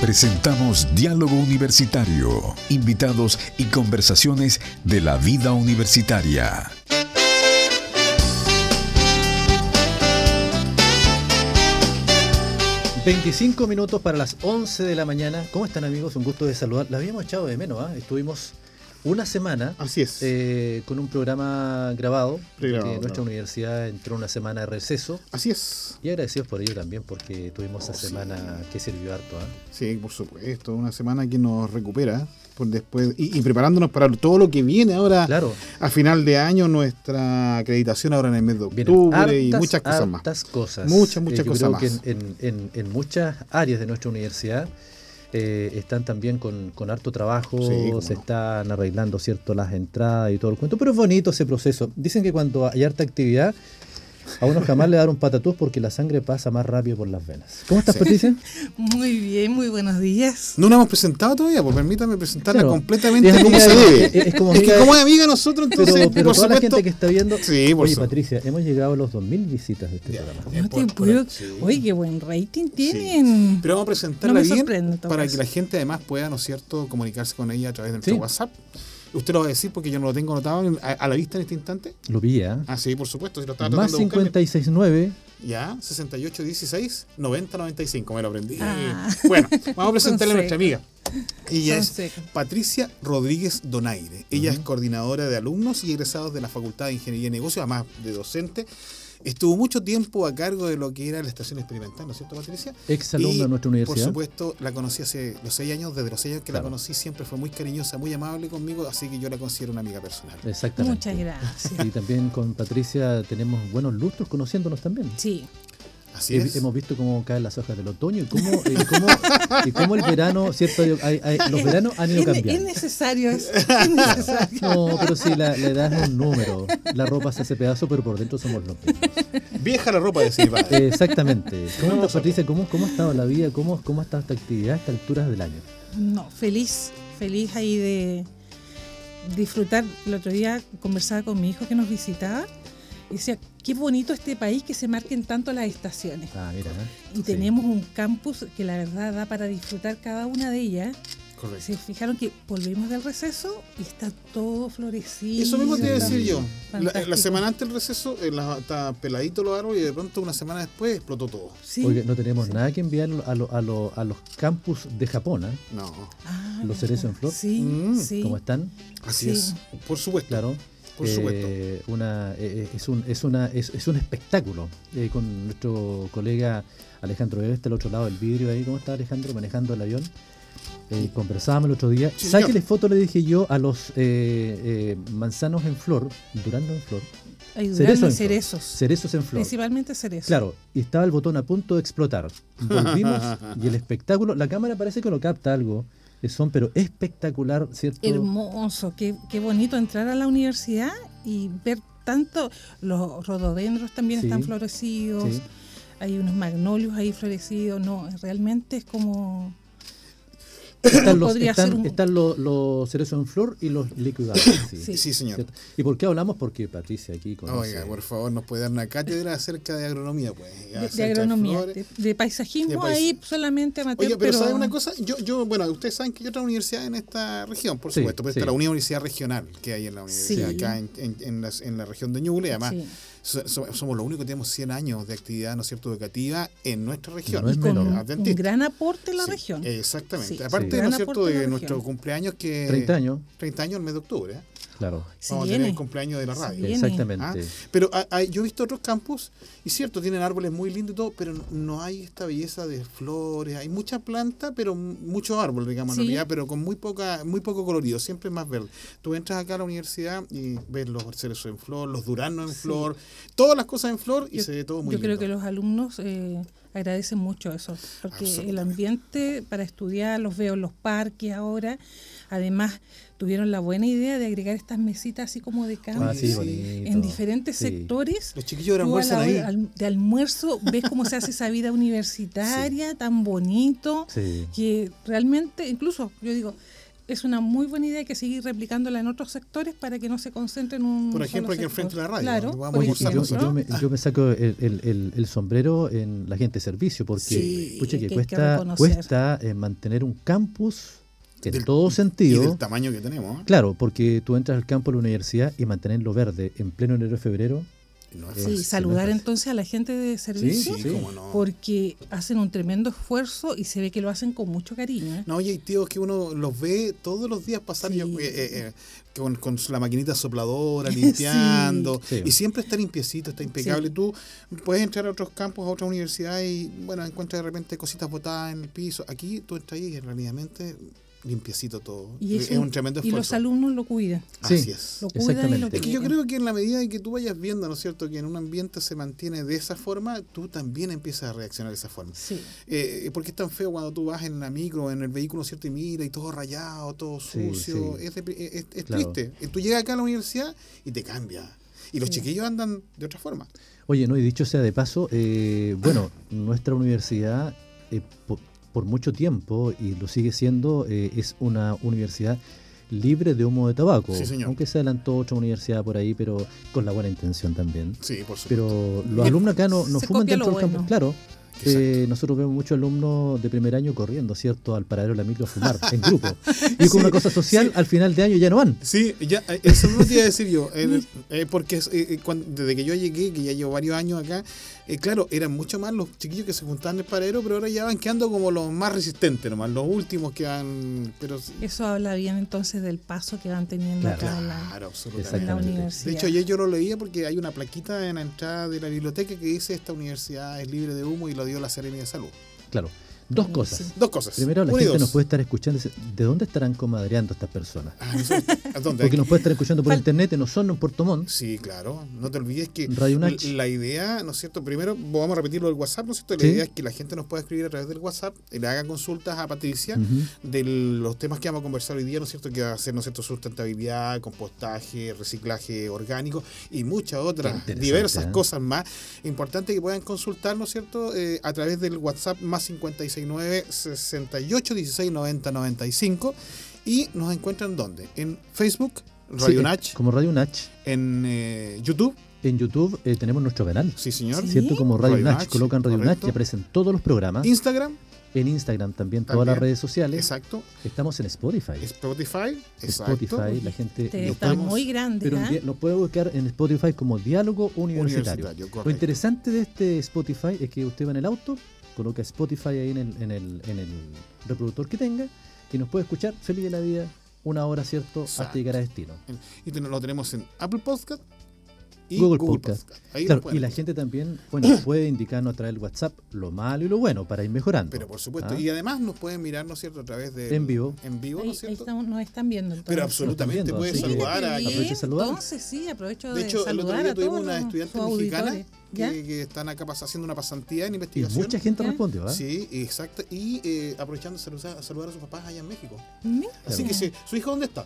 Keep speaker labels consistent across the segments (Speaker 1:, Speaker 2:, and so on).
Speaker 1: Presentamos Diálogo Universitario, invitados y conversaciones de la vida universitaria.
Speaker 2: ...25 minutos para las 11 de la mañana. ¿Cómo están amigos? Un gusto de saludar. La habíamos echado de menos, ¿ah? Estuvimos una semana
Speaker 3: Así es.
Speaker 2: eh, con un programa grabado.
Speaker 3: Pregrabado,
Speaker 2: porque nuestra
Speaker 3: no.
Speaker 2: universidad entró una semana de receso.
Speaker 3: Así es.
Speaker 2: Y agradecidos por ello también porque tuvimos esa
Speaker 3: Oh, sí.
Speaker 2: semana que sirvió harto. ¿ah?
Speaker 3: Sí, por supuesto. Una semana que nos recupera por después y, y preparándonos para todo lo que viene ahora
Speaker 2: Claro.
Speaker 3: a final de año, nuestra acreditación ahora en el mes de
Speaker 2: Vienen
Speaker 3: octubre y
Speaker 2: hartas,
Speaker 3: muchas cosas más.
Speaker 2: hartas cosas.
Speaker 3: Muchas, muchas
Speaker 2: yo
Speaker 3: cosas
Speaker 2: creo
Speaker 3: más.
Speaker 2: que en, en- en- en muchas áreas de nuestra universidad eh, están también con, con harto trabajo,
Speaker 3: Sí, cómo
Speaker 2: se
Speaker 3: no.
Speaker 2: están arreglando cierto las entradas y todo el cuento, pero es bonito ese proceso. Dicen que cuando hay harta actividad, a uno jamás le dan un patatús porque la sangre pasa más rápido por las venas. ¿Cómo estás,
Speaker 3: Sí.
Speaker 2: Patricia?
Speaker 4: Muy bien, muy buenos días.
Speaker 3: No la hemos presentado todavía, pues permítame presentarla
Speaker 2: Claro.
Speaker 3: completamente
Speaker 2: Es
Speaker 3: como
Speaker 2: amiga
Speaker 3: se
Speaker 2: de-
Speaker 3: debe.
Speaker 2: es- es como
Speaker 3: es
Speaker 2: amiga
Speaker 3: que
Speaker 2: de-
Speaker 3: como es amiga de nosotros,
Speaker 2: Pero,
Speaker 3: entonces,
Speaker 2: pero
Speaker 3: por
Speaker 2: toda la
Speaker 3: supuesto.
Speaker 2: gente que está viendo...
Speaker 3: Sí, por
Speaker 2: Oye,
Speaker 3: supuesto.
Speaker 2: Patricia, hemos llegado a los 2.000 visitas de este programa.
Speaker 3: Ya,
Speaker 4: No
Speaker 3: por-
Speaker 4: te
Speaker 3: por-
Speaker 4: puedo.
Speaker 3: sí.
Speaker 4: Oye, qué buen rating
Speaker 3: Sí.
Speaker 4: tienen.
Speaker 3: Pero vamos a presentarla
Speaker 4: No me sorprende,
Speaker 3: bien
Speaker 4: en todo
Speaker 3: para
Speaker 4: caso.
Speaker 3: que la gente además pueda, ¿no es cierto?, comunicarse con ella a través de nuestro
Speaker 2: Sí.
Speaker 3: WhatsApp. Usted lo va a decir porque yo no lo tengo anotado en- a, a la vista en este instante.
Speaker 2: Lo vi, ¿ah?
Speaker 3: Ah, sí, por supuesto, si lo estaba
Speaker 2: Más
Speaker 3: tratando de buscar, mira.
Speaker 2: 56.9...
Speaker 3: Ya, 6816 9095, me lo aprendí.
Speaker 4: Ah.
Speaker 3: Bueno, vamos a presentarle a nuestra
Speaker 4: Fonseca.
Speaker 3: amiga. Ella es
Speaker 4: Fonseca.
Speaker 3: Patricia Rodríguez Donaire. Ella es coordinadora de alumnos y egresados de la Facultad de Ingeniería y Negocios, además de docente. Estuvo mucho tiempo a cargo de lo que era la estación experimental, ¿no es cierto, Patricia?
Speaker 2: Ex alumna
Speaker 3: Y,
Speaker 2: de nuestra universidad.
Speaker 3: Por supuesto, la conocí hace los seis años, desde los seis años que
Speaker 2: Claro.
Speaker 3: la conocí, siempre fue muy cariñosa, muy amable conmigo, así que yo la considero una amiga personal.
Speaker 2: Exactamente.
Speaker 4: Muchas gracias.
Speaker 2: Y también con Patricia tenemos buenos lustros conociéndonos también.
Speaker 4: Sí,
Speaker 3: Así
Speaker 2: He-
Speaker 3: es.
Speaker 2: Hemos visto cómo caen las hojas del otoño y cómo, y cómo, y cómo el verano, ¿cierto? Hay- hay- hay- los veranos han ido
Speaker 4: es, es
Speaker 2: cambiando.
Speaker 4: necesario eso. Es necesario.
Speaker 2: No, pero sí, la, la edad es un número. La ropa se hace pedazo, pero por dentro somos los mismos.
Speaker 3: Vieja la ropa de mi padre.
Speaker 2: Eh, Exactamente. ¿Cómo
Speaker 3: No,
Speaker 2: estás, Patricia? ¿Cómo, ¿Cómo ha estado la vida? ¿Cómo, cómo ha estado esta actividad a estas alturas del año?
Speaker 4: No, feliz, feliz ahí de disfrutar. El otro día conversaba con mi hijo que nos visitaba y decía, qué bonito este país que se marquen tanto las estaciones.
Speaker 2: Ah, mira. ¿eh?
Speaker 4: Y
Speaker 2: Sí.
Speaker 4: tenemos un campus que la verdad da para disfrutar cada una de ellas.
Speaker 3: Correcto.
Speaker 4: Pues Se fijaron que volvimos del receso y está todo florecido.
Speaker 3: Eso mismo te iba a decir yo. La,
Speaker 4: Fantástico.
Speaker 3: la semana antes del receso eh, la- está peladito los árboles y de pronto una semana después explotó todo.
Speaker 4: Sí.
Speaker 2: Oye, no tenemos
Speaker 4: Sí.
Speaker 2: nada que enviar a, lo- a, lo- a los campus de Japón, ¿eh?
Speaker 3: No.
Speaker 4: Ah,
Speaker 2: los cerezos en flor.
Speaker 4: Sí,
Speaker 3: Mm.
Speaker 4: sí.
Speaker 2: ¿Cómo están?
Speaker 3: Así
Speaker 4: Sí.
Speaker 3: es. Por supuesto.
Speaker 2: Claro.
Speaker 3: Por
Speaker 2: Eh,
Speaker 3: supuesto.
Speaker 2: una, eh, eh, es, un, es, una, es, es un espectáculo eh, con nuestro colega Alejandro Bebe, está al otro lado del vidrio ahí. ¿Cómo está Alejandro manejando el avión? Eh, conversábamos el otro día.
Speaker 3: Sí, señor.
Speaker 2: Sáquele foto, le dije yo, a los eh, eh, manzanos en flor, duraznos en flor,
Speaker 4: Hay
Speaker 2: Cerezo
Speaker 4: duraznos
Speaker 2: en
Speaker 4: y
Speaker 2: flor.
Speaker 4: cerezos.
Speaker 2: cerezos en flor.
Speaker 4: Principalmente cerezos.
Speaker 2: Claro, y estaba el botón a punto de explotar. Volvimos y el espectáculo, la cámara parece que lo capta algo, eh, son, pero espectacular, ¿cierto?
Speaker 4: Hermoso. Qué, qué bonito entrar a la universidad y ver tanto. Los rododendros también
Speaker 2: Sí.
Speaker 4: están florecidos.
Speaker 2: Sí.
Speaker 4: Hay unos magnolios ahí florecidos. No, realmente es como.
Speaker 2: están los,
Speaker 4: Podría
Speaker 2: están,
Speaker 4: ser un-
Speaker 2: están los, los cerezos en flor y los liquidados.
Speaker 4: Sí.
Speaker 3: Sí, señor.
Speaker 2: ¿Cierto? ¿Y por qué hablamos? Porque Patricia aquí conoce.
Speaker 3: Oiga, por favor, nos puede dar una cátedra acerca de agronomía, pues.
Speaker 4: De,
Speaker 3: acerca
Speaker 4: de agronomía,
Speaker 3: flores.
Speaker 4: de, de paisajismo,
Speaker 3: De pais-
Speaker 4: ahí solamente amateur.
Speaker 3: Oye, pero, ¿sabe una cosa? Yo, yo, bueno, ustedes saben que hay otra universidad en esta región, por
Speaker 2: Sí,
Speaker 3: supuesto, pero
Speaker 2: sí.
Speaker 3: está la Unión Universidad Regional que hay en la universidad,
Speaker 4: Sí.
Speaker 3: acá en, en- en la, en la región de Ñuble, además
Speaker 4: Sí.
Speaker 3: so- so- somos los únicos que tenemos 100 años de actividad, ¿no es cierto?, educativa en nuestra región.
Speaker 2: No es
Speaker 4: Y con
Speaker 2: menor.
Speaker 4: un, un
Speaker 3: Adventista.
Speaker 4: gran aporte en la
Speaker 3: Sí, Eh,
Speaker 4: región.
Speaker 3: Exactamente.
Speaker 4: Sí,
Speaker 3: Aparte,
Speaker 2: sí.
Speaker 3: ¿no
Speaker 4: Gran
Speaker 3: es cierto?,
Speaker 4: aporte a
Speaker 3: de
Speaker 4: la región.
Speaker 3: nuestro cumpleaños que...
Speaker 2: 30 años,
Speaker 3: 30 años el mes de octubre. ¿eh?
Speaker 2: claro.
Speaker 4: Se
Speaker 3: Vamos a tener el
Speaker 4: viene.
Speaker 3: cumpleaños de la
Speaker 4: Se
Speaker 3: radio.
Speaker 4: viene.
Speaker 3: ¿ah?
Speaker 2: Exactamente.
Speaker 3: Pero hay- hay- yo he visto otros campus, y cierto, tienen árboles muy lindos y todo, pero no hay esta belleza de flores. Hay mucha planta, pero m- muchos árboles, digamos,
Speaker 4: Sí.
Speaker 3: en realidad, pero con muy poca muy poco colorido, siempre más verde. Tú entras acá a la universidad y ves los cerezos en flor, los duranos en flor, todas las cosas en flor y
Speaker 4: Yo-
Speaker 3: se ve todo muy
Speaker 4: Yo creo
Speaker 3: lindo.
Speaker 4: que los alumnos eh, agradecen mucho eso, porque el
Speaker 3: Absolutamente.
Speaker 4: ambiente para estudiar, los veo en los parques ahora. Además, tuvieron la buena idea de agregar estas mesitas así como de campo.
Speaker 2: Ah, sí,
Speaker 3: Sí.
Speaker 2: bonito.
Speaker 4: En diferentes
Speaker 2: Sí.
Speaker 4: sectores.
Speaker 3: Los chiquillos
Speaker 4: Tú a la
Speaker 3: almuerzan ahí.
Speaker 4: hora al- De almuerzo, ves cómo se hace esa vida universitaria, tan bonito,
Speaker 2: Sí.
Speaker 4: que realmente, incluso yo digo, es una muy buena idea que seguir replicándola en otros sectores para que no se concentre en un.
Speaker 3: Por ejemplo,
Speaker 4: solo
Speaker 3: aquí enfrente de la
Speaker 4: sector.
Speaker 3: radio,
Speaker 4: Claro,
Speaker 3: donde vamos
Speaker 4: por
Speaker 2: Oye, y
Speaker 3: almorzar
Speaker 2: yo,
Speaker 4: ejemplo,
Speaker 3: nosotros.
Speaker 2: yo me, yo me saco el, el- el- el sombrero en la gente de servicio, porque
Speaker 3: Sí.
Speaker 2: pucha, que
Speaker 4: Que hay que
Speaker 2: cuesta,
Speaker 4: reconocer.
Speaker 2: cuesta eh, mantener un campus en
Speaker 3: Del-
Speaker 2: todo
Speaker 3: Y
Speaker 2: sentido.
Speaker 3: del tamaño que tenemos. ¿eh?
Speaker 2: Claro, porque tú entras al campo de la universidad y mantenerlo verde en pleno enero y febrero.
Speaker 3: No es
Speaker 2: Eh,
Speaker 3: fácil.
Speaker 4: Sí, saludar
Speaker 2: sí.
Speaker 4: entonces a la gente de
Speaker 3: Sí,
Speaker 4: servicio.
Speaker 2: sí.
Speaker 3: cómo no.
Speaker 4: Porque hacen un tremendo esfuerzo y se ve que lo hacen con mucho cariño. ¿eh?
Speaker 3: No, oye, hay tíos que uno los ve todos los días pasar yo,
Speaker 4: Sí.
Speaker 3: eh, eh, eh, con, con su- la maquinita sopladora, limpiando,
Speaker 2: Sí.
Speaker 3: y siempre está limpiecito, está impecable.
Speaker 4: Sí.
Speaker 3: Tú puedes entrar a otros campos, a otras universidades y, bueno, encuentras de repente cositas botadas en el piso. Aquí tú entras ahí y realmente limpiecito todo.
Speaker 4: Y
Speaker 3: es
Speaker 4: eso-
Speaker 3: un tremendo
Speaker 4: Y
Speaker 3: esfuerzo.
Speaker 4: los alumnos lo cuidan.
Speaker 3: Así
Speaker 2: Sí.
Speaker 3: es.
Speaker 4: Lo cuidan y lo
Speaker 2: Exactamente.
Speaker 3: Es que yo
Speaker 4: quieren.
Speaker 3: creo que en la medida en que tú vayas viendo, ¿no es cierto?, que en un ambiente se mantiene de esa forma, tú también empiezas a reaccionar de esa forma.
Speaker 4: Sí.
Speaker 3: Eh, porque es tan feo cuando tú vas en la micro, en el vehículo, ¿cierto? Y mira, y todo rayado, todo
Speaker 2: Sí,
Speaker 3: sucio.
Speaker 2: sí.
Speaker 3: Es, depri- es- es
Speaker 2: Claro.
Speaker 3: triste. Y Tú llegas acá a la universidad y te cambia. Y los
Speaker 4: Sí.
Speaker 3: chiquillos andan de otra forma.
Speaker 2: Oye, no, y dicho sea de paso, eh, bueno, nuestra universidad eh, po- por, mucho tiempo, y lo sigue siendo, eh, es una universidad libre de humo de tabaco.
Speaker 3: Sí, señor.
Speaker 2: Aunque se adelantó otra universidad por ahí, pero con la buena intención también.
Speaker 3: Sí, por supuesto.
Speaker 2: Pero los
Speaker 3: Bien.
Speaker 2: alumnos acá no, no
Speaker 4: Se
Speaker 2: fuman
Speaker 4: copia
Speaker 2: dentro
Speaker 4: lo
Speaker 2: del campus,
Speaker 4: bueno.
Speaker 2: claro.
Speaker 3: Exacto.
Speaker 2: Eh, nosotros vemos muchos alumnos de primer año corriendo, ¿cierto?, al paradero de la micro a fumar, en grupo. Y es como una cosa social, al final de año ya no van.
Speaker 3: Sí, ya, eh, eso no te iba a decir yo, eh, eh, porque es, eh, eh, cuan- desde que yo llegué, que ya llevo varios años acá, eh, claro, eran mucho más los chiquillos que se juntaban en el paradero, pero ahora ya van quedando como los más resistentes nomás, los últimos que van, pero sí,
Speaker 4: Eso habla bien entonces del paso que van teniendo
Speaker 2: Claro.
Speaker 4: acá en la,
Speaker 3: claro,
Speaker 4: en la
Speaker 3: absolutamente.
Speaker 2: Exactamente.
Speaker 4: universidad.
Speaker 3: De hecho, ayer yo lo leía porque hay una plaquita en la entrada de la biblioteca que dice esta universidad es libre de humo y lo dio la Serenia de Salud.
Speaker 2: Claro, dos
Speaker 4: Sí.
Speaker 2: cosas.
Speaker 3: Dos cosas.
Speaker 2: Primero, la
Speaker 3: Una y
Speaker 2: gente
Speaker 3: dos.
Speaker 2: nos puede estar escuchando y dice, ¿de dónde estarán comadreando estas personas?
Speaker 3: Ah, no sé, ¿a dónde?
Speaker 2: Porque nos puede estar escuchando por
Speaker 4: Fal-
Speaker 2: internet en Osorno, en Puerto Montt.
Speaker 3: Sí, claro. No te olvides que
Speaker 2: Radio Nach.
Speaker 3: l- la idea, ¿no es cierto? Primero, vamos a repetirlo del WhatsApp, ¿no es cierto? La
Speaker 2: Sí.
Speaker 3: idea es que la gente nos pueda escribir a través del WhatsApp y le haga consultas a Patricia
Speaker 2: Ujú.
Speaker 3: de los temas que vamos a conversar hoy día, ¿no es cierto? Que va a ser, ¿no es cierto? Sustentabilidad, compostaje, reciclaje orgánico y muchas otras
Speaker 2: Qué interesante,
Speaker 3: diversas
Speaker 2: ¿eh?
Speaker 3: cosas más. Importante que puedan consultar, ¿no es cierto? Eh, a través del WhatsApp más 569 68 16 90 95 y nos encuentran ¿dónde? En Facebook, Radio
Speaker 2: Sí, eh,
Speaker 3: Nach,
Speaker 2: Como Radio Nach.
Speaker 3: en eh, YouTube.
Speaker 2: En YouTube eh, tenemos nuestro canal.
Speaker 3: Sí, señor.
Speaker 4: Sí.
Speaker 2: ¿Cierto? Como Radio,
Speaker 3: Radio
Speaker 2: Nach,
Speaker 3: Nach,
Speaker 2: colocan Radio Nach
Speaker 3: correcto.
Speaker 2: y aparecen todos los programas.
Speaker 3: Instagram,
Speaker 2: en Instagram también, todas las
Speaker 3: También.
Speaker 2: redes sociales.
Speaker 3: exacto.
Speaker 2: Estamos en Spotify.
Speaker 3: Spotify, exacto.
Speaker 2: Spotify, la gente
Speaker 4: Ustedes
Speaker 2: nos puede,
Speaker 4: están
Speaker 3: Eh, podemos-
Speaker 4: muy grandes.
Speaker 2: pero
Speaker 4: ¿ah?
Speaker 2: di- nos puede buscar en Spotify como Diálogo Universitario.
Speaker 3: Universitario,
Speaker 2: Lo
Speaker 3: correcto.
Speaker 2: interesante de este Spotify es que usted va en el auto, coloca Spotify ahí en el, en el, en el reproductor que tenga y nos puede escuchar feliz de la vida una hora, ¿cierto? Hasta
Speaker 3: Exacto.
Speaker 2: llegar a destino.
Speaker 3: Y ten- lo tenemos en Apple Podcast y
Speaker 2: Google
Speaker 3: Google,
Speaker 2: Podcast.
Speaker 3: Podcast. Ahí lo
Speaker 2: Claro,
Speaker 3: pueden
Speaker 2: y la
Speaker 3: escuchar.
Speaker 2: gente también, bueno, puede indicarnos a través del WhatsApp lo malo y lo bueno para ir mejorando.
Speaker 3: Pero por supuesto,
Speaker 2: ¿Ah?
Speaker 3: y además nos pueden mirar, ¿no es cierto?, a través de...
Speaker 2: En vivo.
Speaker 3: En vivo,
Speaker 4: Ahí-
Speaker 3: ¿no
Speaker 4: ahí
Speaker 3: es cierto?
Speaker 4: estamos- nos están viendo entonces.
Speaker 3: Pero
Speaker 2: Nos
Speaker 3: absolutamente,
Speaker 2: están
Speaker 3: pueden
Speaker 2: viendo, así
Speaker 3: saludar a...
Speaker 4: Fíjate bien,
Speaker 2: Aprovecho de saludar.
Speaker 4: Entonces sí, aprovecho de,
Speaker 3: De hecho, el otro
Speaker 4: saludar
Speaker 3: día
Speaker 4: a todos
Speaker 3: tuvimos una
Speaker 4: los-
Speaker 3: estudiante
Speaker 4: sus
Speaker 3: mexicana
Speaker 4: auditores, ¿ya?
Speaker 3: que, que están acá pas- haciendo una pasantía en
Speaker 2: Y
Speaker 3: investigación.
Speaker 2: mucha gente
Speaker 4: ¿Ya?
Speaker 2: respondió, ¿ah?
Speaker 3: Sí, exacto. Y eh, aprovechando de saludar, a saludar a sus papás allá en México.
Speaker 4: Mira,
Speaker 3: Así que, sí, ¿su hijo dónde está?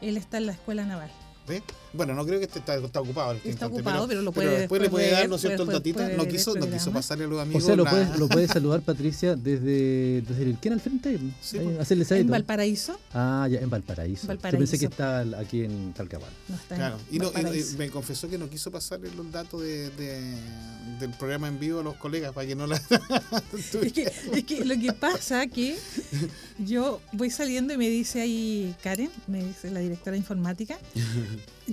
Speaker 4: Él está en la escuela naval.
Speaker 3: ¿Ve? Bueno, no creo que esté, está, está ocupado. en este
Speaker 4: Está
Speaker 3: instante,
Speaker 4: ocupado, pero lo puede-
Speaker 3: después le
Speaker 4: puede
Speaker 3: puede dar,
Speaker 4: ver,
Speaker 3: ¿no es cierto?, el
Speaker 4: puede- puede-
Speaker 3: tatita.
Speaker 4: puede
Speaker 3: no,
Speaker 4: ver
Speaker 3: quiso,
Speaker 4: el
Speaker 3: no quiso
Speaker 4: programa.
Speaker 3: pasarle a los
Speaker 2: O
Speaker 3: amigos.
Speaker 2: sea, lo
Speaker 3: la-
Speaker 2: puedes lo puedes saludar, Patricia, desde, desde el ¿quién al frente?
Speaker 3: Sí,
Speaker 2: Ahí,
Speaker 3: pues.
Speaker 2: hacerle
Speaker 4: En
Speaker 2: saído.
Speaker 4: Valparaíso
Speaker 2: Ah, ya, en Valparaíso. Yo pensé
Speaker 4: Valparaíso.
Speaker 2: que está al- aquí en Talcahuano.
Speaker 4: no está. en
Speaker 3: Claro, y, no- y-
Speaker 4: Valparaíso.
Speaker 3: y me confesó que no quiso pasar el dato de, de- del programa en vivo a los colegas para que no la.
Speaker 4: es, que, es que lo que pasa que yo voy saliendo y me dice ahí Karen, me dice la directora de informática,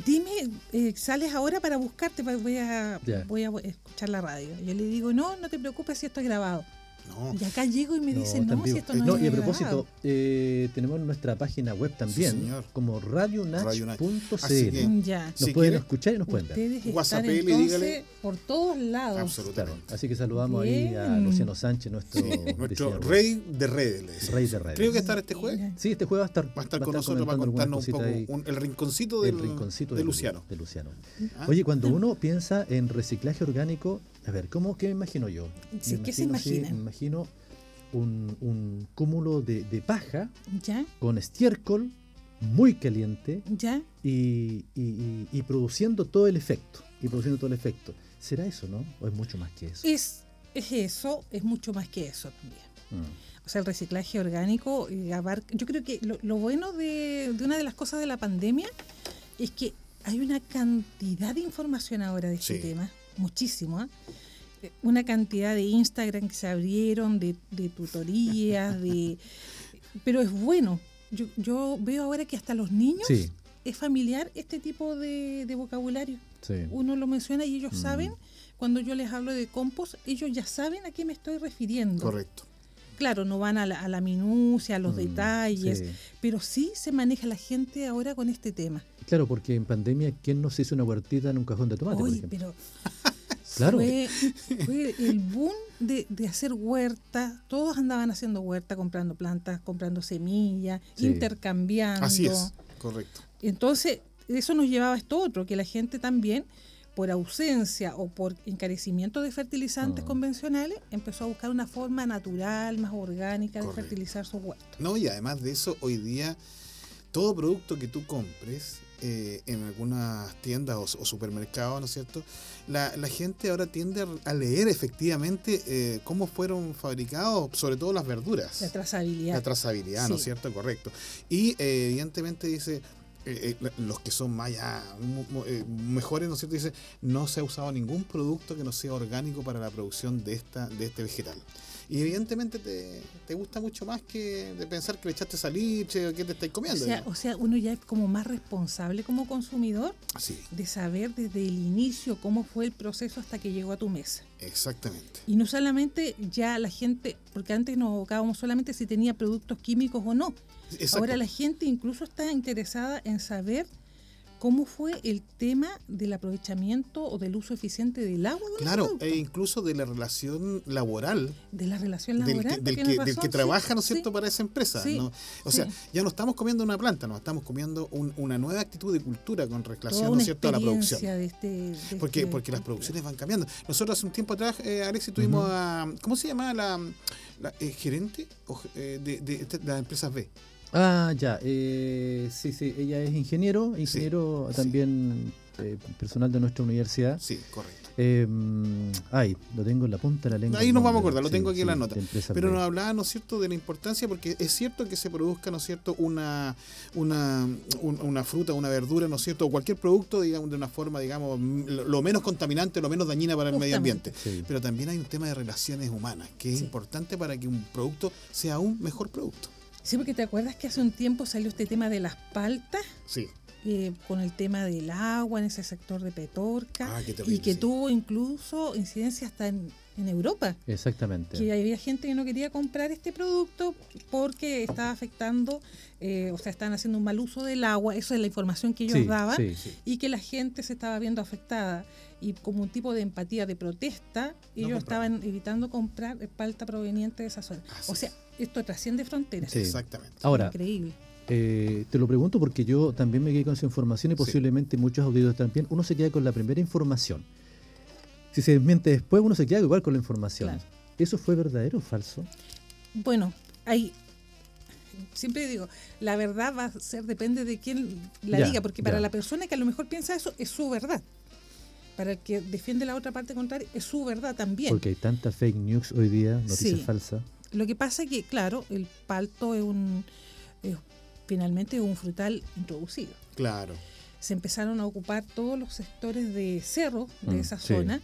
Speaker 4: dime, eh, sales ahora para buscarte, pa- voy a,
Speaker 2: Ya.
Speaker 4: voy a escuchar la radio. Yo le digo, no, no te preocupes si esto es grabado.
Speaker 3: no,
Speaker 4: Y acá llego y me dicen,
Speaker 2: está en
Speaker 4: no, si
Speaker 2: vivo.
Speaker 4: esto no,
Speaker 2: No,
Speaker 4: es
Speaker 2: y a
Speaker 4: grabado".
Speaker 2: propósito, eh, tenemos nuestra página web también,
Speaker 3: señor.
Speaker 2: como
Speaker 3: Así
Speaker 2: radionach.cl.
Speaker 3: que-
Speaker 4: Mm, Ya.
Speaker 2: Nos
Speaker 3: Si
Speaker 2: pueden
Speaker 3: quiere-
Speaker 2: escuchar y nos pueden ver.
Speaker 4: Ustedes
Speaker 3: WhatsApp,
Speaker 4: están
Speaker 3: y
Speaker 4: entonces
Speaker 3: dígale.
Speaker 4: por todos lados.
Speaker 2: Claro,
Speaker 3: absolutamente.
Speaker 2: así que saludamos ahí a
Speaker 4: Bien.
Speaker 2: Luciano Sánchez, nuestro,
Speaker 3: Sí, nuestro
Speaker 2: diseñador.
Speaker 3: rey de redes. le decimos.
Speaker 2: Rey de redes.
Speaker 3: Creo que estará este jueves.
Speaker 4: Mira.
Speaker 2: Sí, este juego va a estar,
Speaker 3: Va a estar con nosotros para
Speaker 2: comentando algunas
Speaker 3: contarnos un poco
Speaker 2: cositas ahí.
Speaker 3: un- el rinconcito
Speaker 2: El
Speaker 3: del,
Speaker 2: rinconcito
Speaker 3: de, Luciano.
Speaker 2: De Luciano.
Speaker 3: ¿Ah?
Speaker 2: Oye, cuando uno piensa en reciclaje orgánico, a ver, ¿cómo, ¿qué me imagino yo?
Speaker 4: Sí,
Speaker 2: Me
Speaker 4: ¿qué se
Speaker 2: imagino, sí,
Speaker 4: imagina?
Speaker 2: me imagino un, un cúmulo de, de paja
Speaker 4: Ya,
Speaker 2: con estiércol muy caliente
Speaker 4: ya.
Speaker 2: y, y- y-
Speaker 3: Eh,
Speaker 2: y produciendo todo el efecto. Y produciendo todo el efecto. ¿Será eso, no? ¿O es mucho más que eso?
Speaker 4: Es es eso, es mucho más que eso también.
Speaker 2: Mm.
Speaker 4: O sea, el reciclaje orgánico eh, abarca. Yo creo que lo, lo bueno de, de una de las cosas de la pandemia es que hay una cantidad de información ahora de este
Speaker 3: Sí.
Speaker 4: tema, muchísimo. ¿ah? Eh, Una cantidad de Instagram que se abrieron, de, de tutorías, de. Pero es bueno. Yo, yo veo ahora que hasta los niños
Speaker 2: Sí,
Speaker 4: es familiar este tipo de, de vocabulario.
Speaker 2: sí.
Speaker 4: Uno lo menciona y ellos
Speaker 2: Mm.
Speaker 4: saben. Cuando yo les hablo de compost, ellos ya saben a qué me estoy refiriendo.
Speaker 3: Correcto.
Speaker 4: Claro, no van a la, a la minucia, a los
Speaker 2: Mm,
Speaker 4: detalles,
Speaker 2: sí.
Speaker 4: pero sí se maneja la gente ahora con este tema.
Speaker 2: Claro, porque en pandemia, ¿quién nos hizo una huertita en un cajón de tomate, por
Speaker 4: Oye,
Speaker 2: ejemplo?
Speaker 4: pero
Speaker 2: claro.
Speaker 4: fue, fue el boom de, de hacer huerta. Todos andaban haciendo huerta, comprando plantas, comprando semillas,
Speaker 2: Sí.
Speaker 4: intercambiando.
Speaker 3: Así es. Correcto.
Speaker 4: Entonces, eso nos llevaba a esto otro, que la gente también, por ausencia o por encarecimiento de fertilizantes
Speaker 2: Ah.
Speaker 4: convencionales, empezó a buscar una forma natural, más orgánica de
Speaker 3: Correcto.
Speaker 4: fertilizar sus huertos.
Speaker 3: No, y además de eso, hoy día todo producto que tú compres eh, en algunas tiendas o, o supermercados, ¿no es cierto? La, la gente ahora tiende a, a leer efectivamente eh, cómo fueron fabricados, sobre todo las verduras.
Speaker 4: La trazabilidad.
Speaker 3: La trazabilidad, ¿no es
Speaker 4: Sí.
Speaker 3: cierto? Correcto. Y eh, evidentemente dice, eh, eh, los que son más ya, mu- mu- eh, mejores, ¿no es cierto? Dice, no se ha usado ningún producto que no sea orgánico para la producción de, esta, de este vegetal. Y evidentemente te, te gusta mucho más que de pensar que le echaste saliche o que te estáis
Speaker 4: O
Speaker 3: comiendo.
Speaker 4: sea,
Speaker 3: digamos.
Speaker 4: o sea, uno ya es como más responsable como consumidor
Speaker 3: Sí,
Speaker 4: de saber desde el inicio cómo fue el proceso hasta que llegó a tu mesa.
Speaker 3: exactamente.
Speaker 4: Y no solamente ya la gente, porque antes nos abocábamos solamente si tenía productos químicos o no.
Speaker 3: Exacto.
Speaker 4: Ahora la gente incluso está interesada en saber cómo fue el tema del aprovechamiento o del uso eficiente del agua. de un
Speaker 3: Claro,
Speaker 4: producto,
Speaker 3: e incluso de la relación laboral
Speaker 4: de la relación
Speaker 3: del
Speaker 4: laboral.
Speaker 3: que, del
Speaker 4: tienes
Speaker 3: que- del
Speaker 4: razón,
Speaker 3: que
Speaker 4: sí,
Speaker 3: trabaja, ¿no es
Speaker 4: sí.
Speaker 3: cierto?, para esa empresa.
Speaker 4: Sí,
Speaker 3: ¿no? O
Speaker 4: sí.
Speaker 3: sea, ya no estamos comiendo una planta, no estamos comiendo un- una nueva actitud de cultura con
Speaker 4: Toda
Speaker 3: relación, ¿no
Speaker 4: una
Speaker 3: es cierto?, a la producción.
Speaker 4: experiencia de este... de
Speaker 3: Porque,
Speaker 4: este-
Speaker 3: porque las producciones van cambiando. Nosotros hace un tiempo atrás, eh, Alexis, tuvimos
Speaker 2: Ujú.
Speaker 3: a. ¿Cómo se llamaba la, la, eh, gerente o, eh, de, de, de las empresas B?
Speaker 2: Ah, ya. eh, sí, sí, ella es ingeniero, ingeniero
Speaker 3: sí.
Speaker 2: también eh, personal de nuestra universidad.
Speaker 3: Sí, correcto.
Speaker 2: Eh, mm, ay, lo tengo en la punta de la lengua.
Speaker 3: Ahí
Speaker 2: el
Speaker 3: nos vamos a
Speaker 2: nombre,
Speaker 3: acordar, lo tengo aquí en la nota.
Speaker 2: de empresa
Speaker 3: Pero
Speaker 2: B.
Speaker 3: nos hablaba, ¿no es cierto?, de la importancia, porque es cierto que se produzca, ¿no es cierto?, una, una, un- una fruta, una verdura, ¿no es cierto?, o cualquier producto, digamos, de una forma, digamos, m- lo lo menos contaminante, lo menos dañina para el medio
Speaker 4: Justamente.
Speaker 3: ambiente.
Speaker 2: Sí.
Speaker 3: Pero también hay un tema de relaciones humanas, que es
Speaker 4: Sí.
Speaker 3: importante para que un producto sea un mejor producto.
Speaker 4: Sí, porque te acuerdas que hace un tiempo salió este tema de las paltas,
Speaker 3: Sí,
Speaker 4: eh, con el tema del agua en ese sector de Petorca,
Speaker 3: Ah, qué terrible,
Speaker 4: y que
Speaker 3: sí.
Speaker 4: tuvo incluso incidencia hasta en, en Europa,
Speaker 2: Exactamente.
Speaker 4: que había gente que no quería comprar este producto porque estaba afectando, eh, o sea, estaban haciendo un mal uso del agua, eso es la información que ellos
Speaker 2: Sí,
Speaker 4: daban,
Speaker 2: sí.
Speaker 4: y que la gente se estaba viendo afectada. Y como un tipo de empatía, de protesta, ellos
Speaker 3: compraban.
Speaker 4: estaban evitando comprar eh, palta proveniente de esa zona.
Speaker 3: Así
Speaker 4: o sea,
Speaker 3: es.
Speaker 4: esto trasciende fronteras.
Speaker 2: Sí.
Speaker 3: exactamente.
Speaker 2: Ahora,
Speaker 4: Increíble.
Speaker 2: eh, te lo pregunto porque yo también me quedé con esa información y
Speaker 3: Sí.
Speaker 2: posiblemente muchos auditores también. Uno se queda con la primera información. Si se desmiente después, uno se queda igual con la información.
Speaker 4: Claro.
Speaker 2: ¿Eso fue verdadero o falso?
Speaker 4: Bueno, hay. Siempre digo, la verdad va a ser, depende de quién la
Speaker 2: Ya,
Speaker 4: diga, porque para
Speaker 2: ya.
Speaker 4: la persona que a lo mejor piensa eso, es su verdad. Para el que defiende la otra parte contraria, es su verdad también.
Speaker 2: Porque hay tanta fake news hoy día, noticias
Speaker 4: Sí.
Speaker 2: falsas.
Speaker 4: Lo que pasa que, claro, el palto es un. es- finalmente es un frutal introducido.
Speaker 3: Claro.
Speaker 4: Se empezaron a ocupar todos los sectores de cerro de
Speaker 2: Mm,
Speaker 4: esa
Speaker 2: sí.
Speaker 4: zona,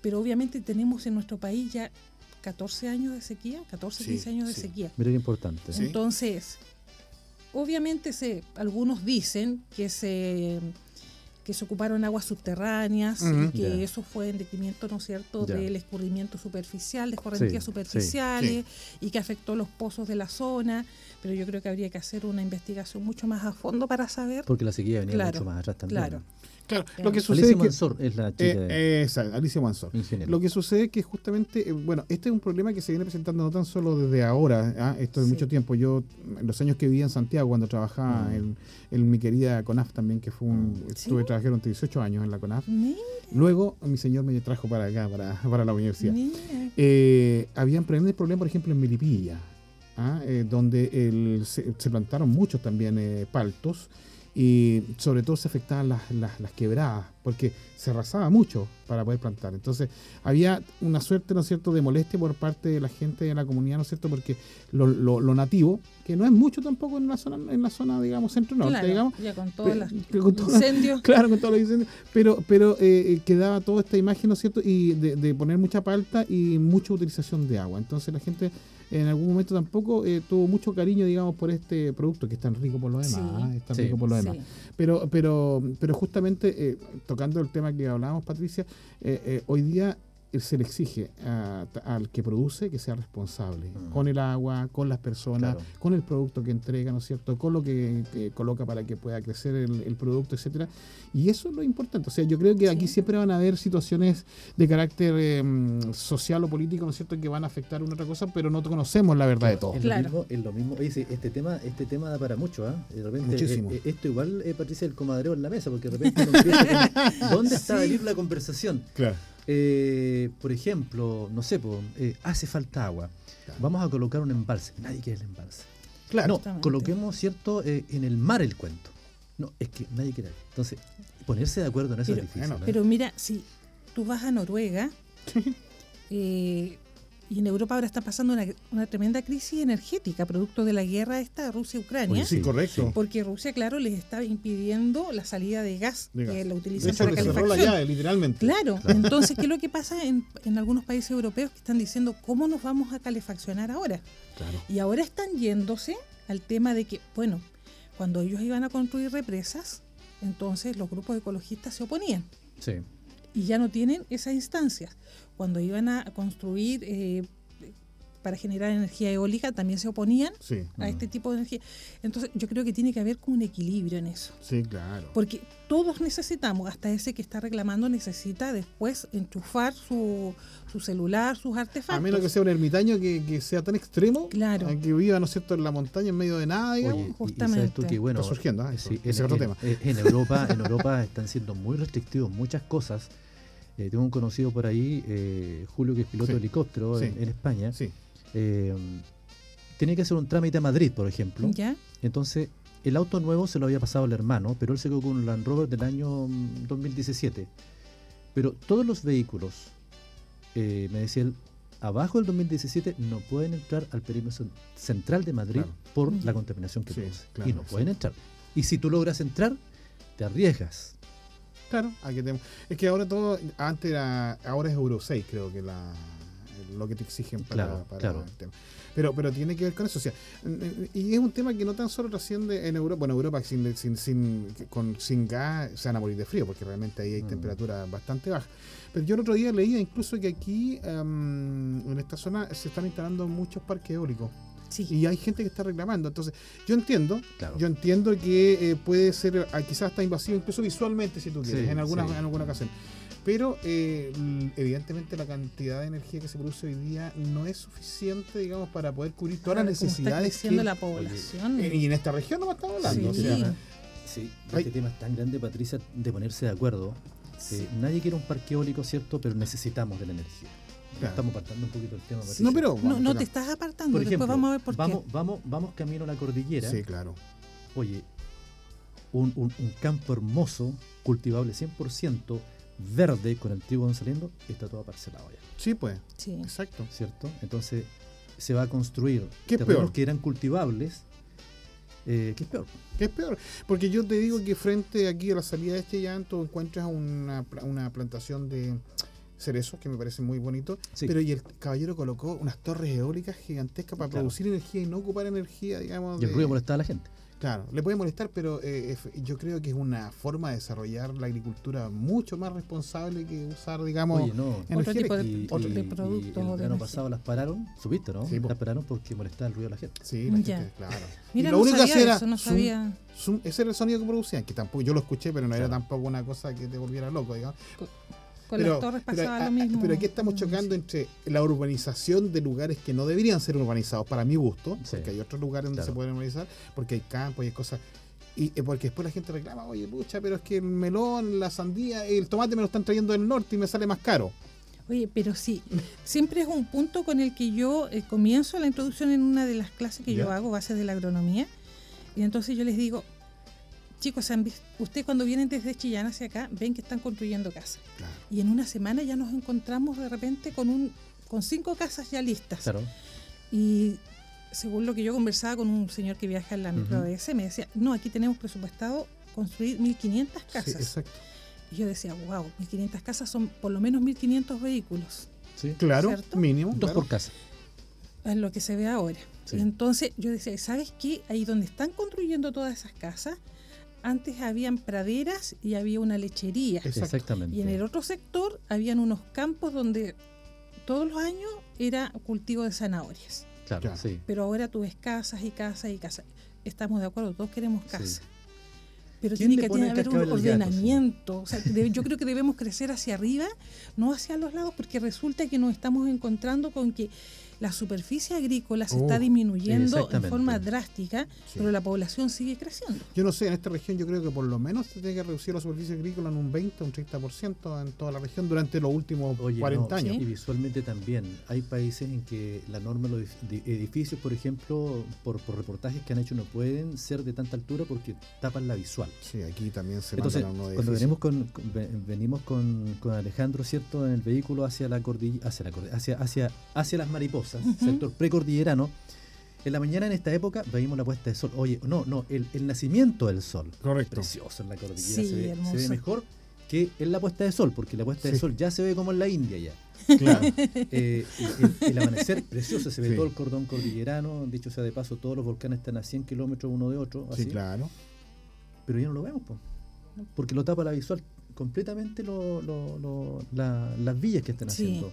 Speaker 4: pero obviamente tenemos en nuestro país ya 14 años de sequía, 14,
Speaker 3: Sí,
Speaker 4: 15 años de
Speaker 3: sí.
Speaker 4: sequía.
Speaker 2: Mira qué importante.
Speaker 3: Sí.
Speaker 4: Entonces, obviamente se, algunos dicen que se que se ocuparon aguas subterráneas
Speaker 3: Ujú.
Speaker 4: y que
Speaker 2: Ya.
Speaker 4: eso fue en detrimento, ¿no es cierto?,
Speaker 2: Ya.
Speaker 4: del escurrimiento superficial, de escorrentías
Speaker 2: Sí, sí,
Speaker 4: superficiales y que afectó los pozos de la zona, pero yo creo que habría que hacer una investigación mucho más a fondo para saber.
Speaker 2: Porque la sequía venía
Speaker 4: Claro,
Speaker 2: mucho más atrás también.
Speaker 4: claro.
Speaker 3: Claro,
Speaker 4: Claro.
Speaker 3: lo que sucede
Speaker 2: Alicia
Speaker 3: es que-
Speaker 2: Mansor es la chica
Speaker 3: Eh,
Speaker 2: de
Speaker 3: eh, exacto, Alicia Mansor.
Speaker 2: ingeniero.
Speaker 3: Lo que sucede es que justamente, eh, bueno, este es un problema que se viene presentando no tan solo desde ahora, ¿ah? esto es
Speaker 4: Sí.
Speaker 3: mucho tiempo. Yo, en los años que vivía en Santiago, cuando trabajaba
Speaker 2: Mm.
Speaker 3: en, en mi querida CONAF también, que fue un,
Speaker 4: Mm.
Speaker 3: estuve
Speaker 4: ¿Sí?
Speaker 3: trabajando 18 años en la CONAF.
Speaker 4: Mira,
Speaker 3: Luego, mi señor me trajo para acá, para, para la universidad.
Speaker 4: mira.
Speaker 3: Eh, habían problemas, problemas, por ejemplo, en Milipilla, ¿ah? Eh, donde el- se, se plantaron muchos también eh, paltos y sobre todo se afectaban las, las, las quebradas porque se arrasaba mucho para poder plantar. Entonces había una suerte, ¿no es cierto?, de molestia por parte de la gente de la comunidad, ¿no es cierto?, porque lo, lo- lo nativo, que no es mucho tampoco en la zona, en la zona digamos, centro-norte,
Speaker 4: Claro,
Speaker 3: digamos,
Speaker 4: ya con todos
Speaker 3: pe-
Speaker 4: los
Speaker 3: que con todas-
Speaker 4: incendios.
Speaker 3: Claro, con todos los incendios. Pero, pero eh, eh, quedaba toda esta imagen, ¿no es cierto? Y de, de poner mucha palta y mucha utilización de agua. Entonces la gente en algún momento tampoco eh, tuvo mucho cariño, digamos, por este producto, que es tan rico por lo demás.
Speaker 4: Sí.
Speaker 3: ¿eh? Es tan
Speaker 2: Sí.
Speaker 3: rico por lo demás.
Speaker 4: Sí.
Speaker 3: Pero, pero, pero justamente eh, tocando el tema que hablábamos, Patricia, eh, eh, hoy día eh, se le exige a- al que produce que sea responsable
Speaker 2: Mm.
Speaker 3: con el agua, con las personas,
Speaker 2: Claro.
Speaker 3: con el producto que entrega, ¿no es cierto? Con lo que, que coloca para que pueda crecer el, el producto, etcétera. Y eso es lo importante. O sea, yo creo que aquí
Speaker 4: Sí.
Speaker 3: siempre van a haber situaciones de carácter eh, mm, social o político, ¿no es cierto?, que van a afectar una otra cosa, pero no conocemos la verdad de todo.
Speaker 2: Es
Speaker 4: Claro.
Speaker 2: lo mismo, es lo mismo. Oye, sí, este tema, este tema da para mucho, ¿ah? De repente,
Speaker 3: Muchísimo.
Speaker 2: eh, eh, esto igual, eh, Patricia, el comadreo en la mesa, porque de repente uno empieza con, ¿dónde está a ir la conversación?
Speaker 3: Claro.
Speaker 2: Eh, por ejemplo, no sé, po, eh, hace falta agua.
Speaker 3: Claro.
Speaker 2: Vamos a colocar un embalse. Nadie quiere el embalse.
Speaker 3: Claro.
Speaker 2: No,
Speaker 4: Exactamente.
Speaker 2: coloquemos, ¿cierto?, eh, en el mar el cuento. No, es que nadie quiere. Entonces, ponerse de acuerdo en eso
Speaker 4: Pero-
Speaker 2: es difícil.
Speaker 3: bueno,
Speaker 2: ¿eh?
Speaker 4: Pero mira, si tú vas a Noruega eh, y en Europa ahora está pasando una, una tremenda crisis energética producto de la guerra esta Rusia-Ucrania,
Speaker 2: Oye, sí,
Speaker 3: correcto.
Speaker 4: porque Rusia, claro, les está impidiendo la salida de gas
Speaker 3: De gas.
Speaker 4: que la
Speaker 3: De
Speaker 4: utilizan
Speaker 3: hecho,
Speaker 4: para
Speaker 3: que cerró la
Speaker 4: calefacción.
Speaker 3: llave, literalmente.
Speaker 4: Claro,
Speaker 2: Claro.
Speaker 4: entonces, ¿qué es lo que pasa en, en algunos países europeos que están diciendo cómo nos vamos a calefaccionar ahora?
Speaker 3: Claro.
Speaker 4: Y ahora están yéndose al tema de que, bueno, cuando ellos iban a construir represas, entonces los grupos ecologistas se oponían
Speaker 2: Sí.
Speaker 4: y ya no tienen esas instancias. Cuando iban a construir eh, para generar energía eólica, también se oponían
Speaker 3: Sí,
Speaker 4: a este tipo de energía. Entonces, yo creo que tiene que haber como un equilibrio en eso.
Speaker 3: sí, claro.
Speaker 4: Porque todos necesitamos, hasta ese que está reclamando necesita después enchufar su, su celular, sus artefactos.
Speaker 3: A menos que sea un ermitaño que, que sea tan extremo,
Speaker 4: Claro.
Speaker 3: a que viva, ¿no es cierto?, en la montaña, en medio de nada, digamos.
Speaker 2: Oye, y- y sabes tú
Speaker 4: justamente.
Speaker 2: que, bueno, eh,
Speaker 3: Está surgiendo, ah, eso,
Speaker 2: sí,
Speaker 3: ese es
Speaker 2: en,
Speaker 3: otro
Speaker 2: en-
Speaker 3: tema.
Speaker 2: en Europa, en Europa están siendo muy restrictivos muchas cosas. Eh, tengo un conocido por ahí, eh, Julio, que es piloto
Speaker 3: Sí,
Speaker 2: de helicóptero en,
Speaker 3: sí.
Speaker 2: en España.
Speaker 3: Sí,
Speaker 2: Eh, tiene que hacer un trámite a Madrid, por ejemplo.
Speaker 4: ¿Ya?
Speaker 2: Entonces, el auto nuevo se lo había pasado al hermano, pero él se quedó con un Land Rover del año mm, 2017. Pero todos los vehículos, eh, me decía él, abajo del 2017 no pueden entrar al perímetro cen- central de Madrid
Speaker 3: Claro.
Speaker 2: por
Speaker 4: Ujú.
Speaker 2: la contaminación que
Speaker 3: Sí,
Speaker 2: produce.
Speaker 3: claro,
Speaker 2: y no pueden entrar. Y si tú logras entrar, te arriesgas.
Speaker 3: claro. hay Ah, que tem- es que ahora todo, antes era, ahora es Euro 6, creo que la lo que te exigen para,
Speaker 2: Claro,
Speaker 3: para
Speaker 2: claro.
Speaker 3: el tema. Pero, pero tiene que ver con eso. O sea, n- y es un tema que no tan solo trasciende en Europa. Bueno, Europa sin, sin, sin, con, sin gas se van a morir de frío, porque realmente ahí hay
Speaker 2: Mm.
Speaker 3: temperaturas bastante bajas. Pero yo el otro día leía incluso que aquí, em, en esta zona, se están instalando muchos parques eólicos.
Speaker 4: Sí.
Speaker 3: y hay gente que está reclamando. Entonces, yo entiendo,
Speaker 2: Claro.
Speaker 3: yo entiendo que eh, puede ser ah, quizás hasta invasivo, incluso visualmente, si tú quieres,
Speaker 2: Sí,
Speaker 3: en, alguna,
Speaker 2: sí.
Speaker 3: en alguna ocasión. Pero eh, l- evidentemente la cantidad de energía que se produce hoy día no es suficiente, digamos, para poder cubrir todas
Speaker 4: Ahora,
Speaker 3: las
Speaker 4: como está
Speaker 3: necesidades.
Speaker 4: creciendo
Speaker 3: que-
Speaker 4: la población.
Speaker 3: Eh, y en esta región Ah, no estamos hablando.
Speaker 4: Sí.
Speaker 3: o sea,
Speaker 2: Sí,
Speaker 3: Ay.
Speaker 2: este tema es tan grande, Patricia, de ponerse de acuerdo.
Speaker 4: Sí.
Speaker 2: Eh, nadie quiere un parque eólico, ¿cierto? Pero necesitamos de la energía.
Speaker 3: Claro.
Speaker 2: Estamos partando un poquito el tema.
Speaker 3: no,
Speaker 2: Patricia.
Speaker 3: pero
Speaker 4: No,
Speaker 3: vamos
Speaker 4: no
Speaker 3: acá.
Speaker 4: te estás apartando,
Speaker 2: Por ejemplo,
Speaker 4: después vamos a ver por
Speaker 2: vamos, vamos, vamos camino a la cordillera.
Speaker 3: Sí, claro.
Speaker 2: Oye, un, un- un campo hermoso, cultivable 100%, verde, con el trigo saliendo, está todo parcelado ya,
Speaker 3: Sí, pues,
Speaker 4: qué. Sí.
Speaker 3: exacto.
Speaker 2: ¿cierto? Entonces se va a construir
Speaker 3: ¿Qué es
Speaker 2: terrenos
Speaker 3: peor?
Speaker 2: que eran cultivables. Eh, ¿Qué es peor?
Speaker 3: Que es peor. Porque yo te digo que frente aquí a la salida de este llanto encuentras una, pla- una plantación de cerezos que me parece muy bonito.
Speaker 2: Sí.
Speaker 3: Pero y el caballero colocó unas torres eólicas gigantescas para
Speaker 2: Claro.
Speaker 3: producir energía y no ocupar energía, digamos.
Speaker 2: Y el
Speaker 3: de-
Speaker 2: ruido molesta a la gente.
Speaker 3: Claro, le puede molestar, pero eh, es- yo creo que es una forma de desarrollar la agricultura mucho más responsable que usar, digamos.
Speaker 2: Oye, no.
Speaker 3: energía
Speaker 4: Otro tipo de-
Speaker 3: eléctrica.
Speaker 2: Y,
Speaker 4: otro
Speaker 2: y-
Speaker 4: de
Speaker 2: y
Speaker 4: producto
Speaker 2: el
Speaker 4: de
Speaker 2: verano
Speaker 4: energía.
Speaker 2: pasado las pararon, subiste, ¿no?
Speaker 3: Sí, po.
Speaker 2: las pararon porque molestaba el ruido a la gente.
Speaker 3: Sí, la
Speaker 4: Ya.
Speaker 3: gente, claro.
Speaker 4: Mira,
Speaker 3: Y
Speaker 4: no
Speaker 3: que
Speaker 4: sabía
Speaker 3: hacía
Speaker 4: eso, no
Speaker 3: zum,
Speaker 4: sabía.
Speaker 3: zum. ese era el sonido que producían, que tampoco yo lo escuché, pero no era
Speaker 2: Claro.
Speaker 3: tampoco una cosa que te volviera loco, digamos.
Speaker 4: Con las torres pasaba
Speaker 3: a- a-
Speaker 4: lo mismo.
Speaker 3: pero aquí estamos chocando entre la urbanización de lugares que no deberían ser urbanizados, para mi gusto,
Speaker 2: Sí.
Speaker 3: porque hay otros lugares donde
Speaker 2: Claro.
Speaker 3: se pueden urbanizar, porque hay campos y hay cosas. Y eh, porque después la gente reclama, oye, pucha, pero es que el melón, la sandía, el tomate me lo están trayendo del norte y me sale más caro.
Speaker 4: Oye, pero sí, siempre es un punto con el que yo eh, comienzo la introducción en una de las clases que yo
Speaker 3: Ya.
Speaker 4: hago, bases de la agronomía, y entonces yo les digo, chicos han visto, ustedes cuando vienen desde Chillán hacia acá, ven que están construyendo casas.
Speaker 3: Claro.
Speaker 4: Y en una semana ya nos encontramos de repente con un con cinco casas ya listas.
Speaker 2: Claro.
Speaker 4: Y según lo que yo conversaba con un señor que viaja en la micro
Speaker 2: Ujú.
Speaker 4: ABS, me decía, no, aquí tenemos presupuestado construir 1.500
Speaker 2: Sí,
Speaker 4: casas.
Speaker 2: exacto.
Speaker 4: y yo decía, wow, 1.500 casas son por lo menos 1.500 vehículos,
Speaker 2: Sí.
Speaker 3: Claro,
Speaker 4: ¿Cierto?
Speaker 3: mínimo.
Speaker 2: Dos
Speaker 3: claro.
Speaker 2: por casa.
Speaker 4: es lo que se ve ahora.
Speaker 2: Sí.
Speaker 4: Y entonces yo decía, ¿sabes qué? Ahí donde están construyendo todas esas casas, antes habían praderas y había una lechería.
Speaker 3: Exacto.
Speaker 2: Exactamente.
Speaker 4: Y en el otro sector habían unos campos donde todos los años era cultivo de zanahorias.
Speaker 2: Claro,
Speaker 3: Claro.
Speaker 2: sí.
Speaker 4: Pero ahora tú ves casas y casas y casas. Estamos de acuerdo, todos queremos
Speaker 2: Sí.
Speaker 4: casas. Pero
Speaker 2: ¿Quién le
Speaker 4: tiene que
Speaker 2: pone
Speaker 4: tiene que haber
Speaker 2: el
Speaker 4: un
Speaker 2: cascabel al gato,
Speaker 4: ordenamiento. O sea, de- yo creo que debemos crecer hacia arriba, no hacia los lados, porque resulta que nos estamos encontrando con que la superficie agrícola se
Speaker 3: Oh,
Speaker 4: está disminuyendo de
Speaker 2: exactamente.
Speaker 4: forma drástica,
Speaker 3: Sí.
Speaker 4: pero la población sigue creciendo.
Speaker 3: Yo no sé, en esta región yo creo que por lo menos se tiene que reducir la superficie agrícola en un 20, un 30% en toda la región durante los últimos
Speaker 2: Oye,
Speaker 3: 40
Speaker 2: no,
Speaker 3: años.
Speaker 2: Y visualmente también. Hay países en que la norma de los edif- de edificios, por ejemplo, por, por reportajes que han hecho, no pueden ser de tanta altura porque tapan la visual.
Speaker 3: Sí, aquí también se
Speaker 2: Entonces,
Speaker 3: mandan a unos
Speaker 2: cuando
Speaker 3: edificios.
Speaker 2: venimos con, con- ve- venimos con, con Alejandro, ¿cierto? En el vehículo hacia la cordillera, hacia, la cordi- hacia, hacia, hacia las mariposas,
Speaker 4: Ujú.
Speaker 2: sector precordillerano, en la mañana en esta época veíamos la puesta de sol. Oye, no, no, el, el nacimiento del sol.
Speaker 3: Correcto.
Speaker 2: Precioso en la cordillera.
Speaker 4: Sí,
Speaker 2: se, ve, se ve
Speaker 4: hermoso.
Speaker 2: mejor que en la puesta de sol, porque la puesta de
Speaker 3: Sí.
Speaker 2: sol ya se ve como en la India ya.
Speaker 3: Claro.
Speaker 2: Eh, el, el amanecer precioso, se ve
Speaker 3: Sí.
Speaker 2: todo el cordón cordillerano. Dicho sea de paso, todos los volcanes están a 100 kilómetros uno de otro.
Speaker 3: sí,
Speaker 2: así
Speaker 3: claro.
Speaker 2: pero ya no lo vemos, po. porque lo tapa la visual completamente lo- lo- lo- la- las villas que están
Speaker 4: Sí.
Speaker 2: haciendo.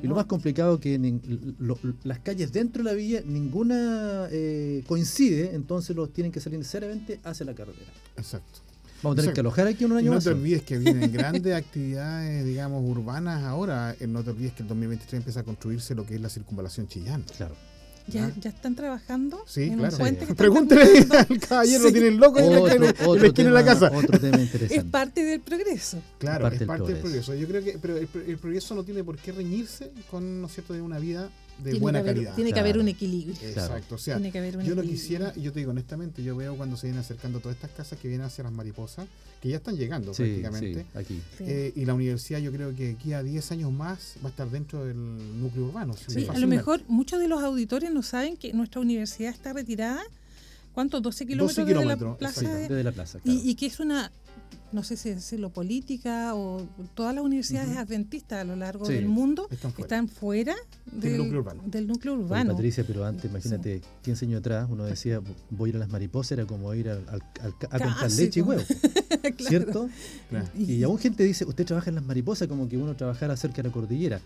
Speaker 2: Y
Speaker 4: No.
Speaker 2: lo más complicado que nin- lo- lo- las calles dentro de la villa ninguna eh, coincide, entonces los tienen que salir necesariamente hacia la carretera.
Speaker 3: Exacto.
Speaker 2: Vamos a tener
Speaker 3: Exacto.
Speaker 2: que alojar aquí un
Speaker 3: Y
Speaker 2: año
Speaker 3: no
Speaker 2: más.
Speaker 3: te olvides que vienen grandes actividades, digamos, urbanas ahora. Eh, No te olvides que en 2023 empieza a construirse lo que es la circunvalación chillana.
Speaker 2: Claro.
Speaker 4: Ya,
Speaker 3: Ah.
Speaker 4: ya están trabajando
Speaker 3: Sí,
Speaker 4: en un
Speaker 3: claro.
Speaker 4: puente que están
Speaker 3: Pregúntele al caballero, lo
Speaker 4: Sí.
Speaker 3: tienen loco en la
Speaker 2: Otro,
Speaker 3: esquina- en la
Speaker 2: otro
Speaker 3: esquina de
Speaker 2: tema,
Speaker 3: la casa.
Speaker 2: otro tema
Speaker 4: Es
Speaker 2: interesante.
Speaker 4: parte del progreso.
Speaker 3: Claro,
Speaker 2: parte
Speaker 3: es
Speaker 2: del
Speaker 3: parte del
Speaker 2: progreso.
Speaker 3: progreso. Yo creo que pero el, pro- el progreso no tiene por qué reñirse con, ¿no es cierto?, de una vida de
Speaker 4: tiene
Speaker 3: buena
Speaker 4: que haber,
Speaker 3: calidad.
Speaker 4: Tiene que haber
Speaker 2: Claro.
Speaker 4: un equilibrio.
Speaker 3: Exacto. O sea,
Speaker 4: tiene que haber un
Speaker 3: yo lo
Speaker 4: equilibrio.
Speaker 3: quisiera, y yo te digo honestamente, yo veo cuando se vienen acercando todas estas casas que vienen hacia las mariposas, que ya están llegando
Speaker 2: Sí,
Speaker 3: prácticamente.
Speaker 2: sí, aquí.
Speaker 4: Sí.
Speaker 3: Eh, y la universidad yo creo que aquí a 10 años más va a estar dentro del núcleo urbano. si
Speaker 4: Sí,
Speaker 3: me
Speaker 4: a lo
Speaker 3: fascina.
Speaker 4: mejor muchos de los auditores no saben que nuestra universidad está retirada, ¿cuánto? 12 kilómetros, desde
Speaker 3: kilómetros,
Speaker 4: la plaza.
Speaker 3: exacto.
Speaker 4: de-
Speaker 2: Desde la plaza, claro.
Speaker 4: y, y que es una, no sé si decirlo política o todas las universidades
Speaker 2: Ujú.
Speaker 4: adventistas a lo largo
Speaker 2: Sí.
Speaker 4: del mundo
Speaker 3: Están fuera.
Speaker 4: están fuera del,
Speaker 3: núcleo urbano.
Speaker 4: del núcleo
Speaker 2: Oye,
Speaker 4: urbano.
Speaker 2: Patricia, pero antes, imagínate, 15 años atrás uno decía, voy a ir a las mariposas, era como ir al- al- al- a comprar
Speaker 4: Casi,
Speaker 2: leche y
Speaker 4: como-
Speaker 2: huevo,
Speaker 4: Claro.
Speaker 2: ¿cierto?
Speaker 3: Claro.
Speaker 4: Y-
Speaker 2: Y aún gente dice, usted trabaja en las mariposas como que uno trabajara cerca de la cordillera,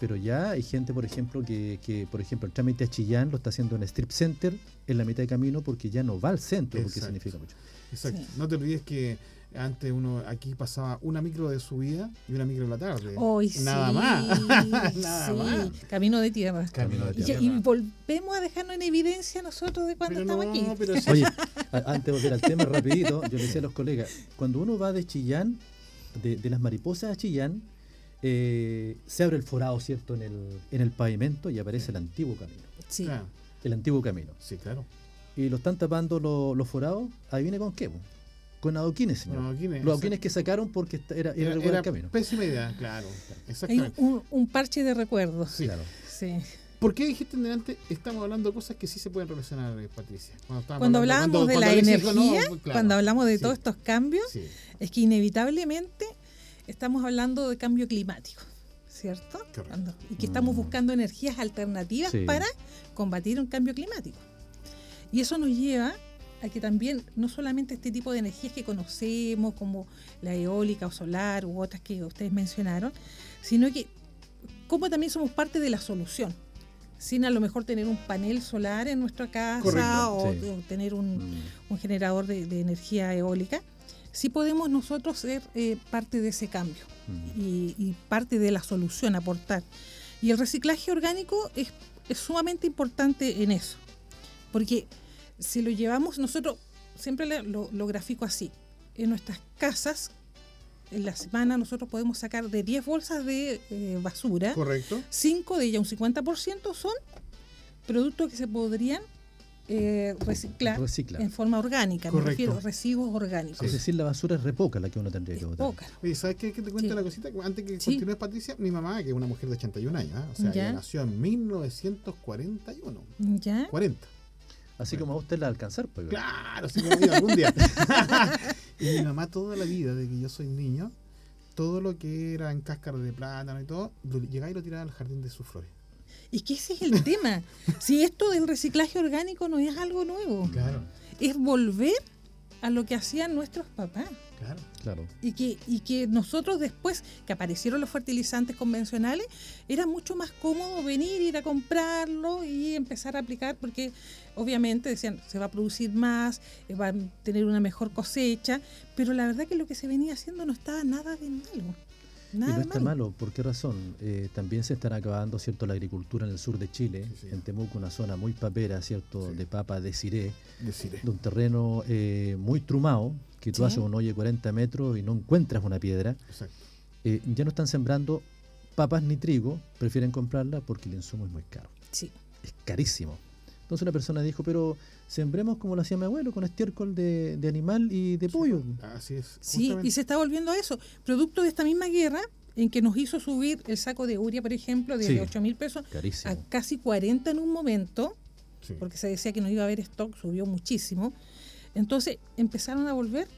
Speaker 2: pero ya hay gente, por ejemplo, que, que, por ejemplo, el trámite a Chillán lo está haciendo en strip center en la mitad de camino porque ya no va al centro, porque
Speaker 3: Exacto.
Speaker 2: significa mucho.
Speaker 3: Exacto.
Speaker 4: Sí.
Speaker 3: No te olvides que antes uno aquí pasaba una micro de subida y una micro de la tarde.
Speaker 4: Hoy
Speaker 3: Nada
Speaker 4: sí,
Speaker 3: más. Nada
Speaker 4: sí,
Speaker 3: más.
Speaker 4: Camino de tierra.
Speaker 2: Camino de
Speaker 4: Y, ya-
Speaker 2: tierra.
Speaker 4: y volvemos a dejarnos en evidencia nosotros de cuando
Speaker 3: Pero
Speaker 4: estamos
Speaker 3: no,
Speaker 4: aquí.
Speaker 3: pero sí.
Speaker 2: Oye, a- antes de volver al tema rapidito, yo le decía a los colegas, cuando uno va de Chillán, de, de las mariposas a Chillán, eh, se abre el forado, ¿cierto?, en el, en el pavimento y aparece el antiguo camino.
Speaker 4: Sí.
Speaker 3: Claro.
Speaker 2: El antiguo camino.
Speaker 3: Sí, claro.
Speaker 2: Y lo están tapando lo- los forados, ahí viene con qué, po? con adoquines, señor.
Speaker 3: Bueno, aquí me-
Speaker 2: los adoquines que sacaron porque esta- era, era, el buen
Speaker 3: era
Speaker 2: camino.
Speaker 3: pésima idea, claro.
Speaker 4: Hay
Speaker 3: Exactamente.
Speaker 4: un, un parche de recuerdos.
Speaker 3: Sí.
Speaker 2: Claro.
Speaker 4: Sí.
Speaker 3: ¿Por qué dijiste delante? Estamos hablando de cosas que sí se pueden relacionar, eh, Patricia. Cuando, estábamos
Speaker 4: Cuando
Speaker 3: hablando-
Speaker 4: hablábamos de la
Speaker 3: Alexis
Speaker 4: energía,
Speaker 3: dijo, no, claro.
Speaker 4: cuando hablamos de este
Speaker 3: Sí,
Speaker 4: todos estos cambios,
Speaker 3: sí.
Speaker 4: es que inevitablemente estamos hablando de cambio climático, ¿cierto?
Speaker 3: Correcto.
Speaker 4: Cuando- y que estamos
Speaker 2: Mm.
Speaker 4: buscando energías alternativas
Speaker 2: Sí.
Speaker 4: para combatir un cambio climático. Y eso nos lleva a que también no solamente este tipo de energías que conocemos, como la eólica o solar u otras que ustedes mencionaron, sino que como también somos parte de la solución, sin a lo mejor tener un panel solar en nuestra casa
Speaker 3: Correcto,
Speaker 4: o,
Speaker 2: sí.
Speaker 4: o tener un,
Speaker 2: Mm.
Speaker 4: un generador de, de energía eólica, sí podemos nosotros ser eh, parte de ese cambio
Speaker 2: Mm.
Speaker 4: y, y parte de la solución, aportar. Y el reciclaje orgánico es, es sumamente importante en eso, porque si lo llevamos, nosotros siempre le- lo, lo grafico así, en nuestras casas, en la semana nosotros podemos sacar de 10 bolsas de eh, basura,
Speaker 3: Correcto.
Speaker 4: 5 de ellas, un 50% son productos que se podrían eh, reciclar
Speaker 2: Recicla.
Speaker 4: en forma orgánica,
Speaker 3: Correcto.
Speaker 4: me refiero, residuos orgánicos.
Speaker 2: Es decir, la basura es re poca la que uno tendría
Speaker 4: Es
Speaker 2: que botar.
Speaker 4: poca.
Speaker 3: Oye, ¿sabes qué? Que te cuento
Speaker 4: Sí.
Speaker 3: una cosita. Antes que
Speaker 4: Sí.
Speaker 3: continúes, Patricia, mi mamá, que es una mujer de 81 años, ¿ah? o sea,
Speaker 4: Ya.
Speaker 3: ella nació en 1941.
Speaker 4: ¿Ya?
Speaker 3: 40.
Speaker 2: Así como a usted la va a alcanzar, pues.
Speaker 3: Claro, sí, como digo, algún día. y mi mamá toda la vida, desde que yo soy niño, todo lo que era en cáscara de plátano y todo, lo llegaba y lo tiraba al jardín de sus flores.
Speaker 4: Es que ese es el tema. Si esto del reciclaje orgánico no es algo nuevo,
Speaker 3: Claro,
Speaker 4: es volver a lo que hacían nuestros papás.
Speaker 3: claro.
Speaker 2: Claro.
Speaker 4: Y que, y que nosotros después que aparecieron los fertilizantes convencionales, era mucho más cómodo venir, ir a comprarlo y empezar a aplicar, porque obviamente decían, se va a producir más, eh, va a tener una mejor cosecha, pero la verdad que lo que se venía haciendo no estaba nada de malo.
Speaker 2: Y
Speaker 4: Nada
Speaker 2: no
Speaker 4: de
Speaker 2: está
Speaker 4: malo.
Speaker 2: malo, ¿por qué razón? Eh, también se están acabando, ¿cierto?, la agricultura en el sur de Chile,
Speaker 3: Sí, sí.
Speaker 2: en Temuco, una zona muy papera, ¿cierto?,
Speaker 3: Sí.
Speaker 2: de papa, de ciré,
Speaker 3: Deciré.
Speaker 2: de un terreno eh, muy trumado, que tú
Speaker 4: Sí.
Speaker 2: haces un hoyo de 40 metros y no encuentras una piedra.
Speaker 3: Exacto.
Speaker 2: Eh, ya no están sembrando papas ni trigo, prefieren comprarla porque el insumo es muy caro,
Speaker 4: Sí.
Speaker 2: es carísimo. Entonces una persona dijo, pero sembremos como lo hacía mi abuelo, con estiércol de, de animal y de pollo.
Speaker 3: Así es.
Speaker 4: Sí,
Speaker 3: justamente.
Speaker 4: y se está volviendo a eso. Producto de esta misma guerra en que nos hizo subir el saco de uria, por ejemplo, de
Speaker 2: Sí.
Speaker 4: 8 mil pesos
Speaker 2: Carísimo.
Speaker 4: a casi 40 en un momento,
Speaker 3: Sí.
Speaker 4: porque se decía que no iba a haber stock, subió muchísimo. Entonces empezaron a volver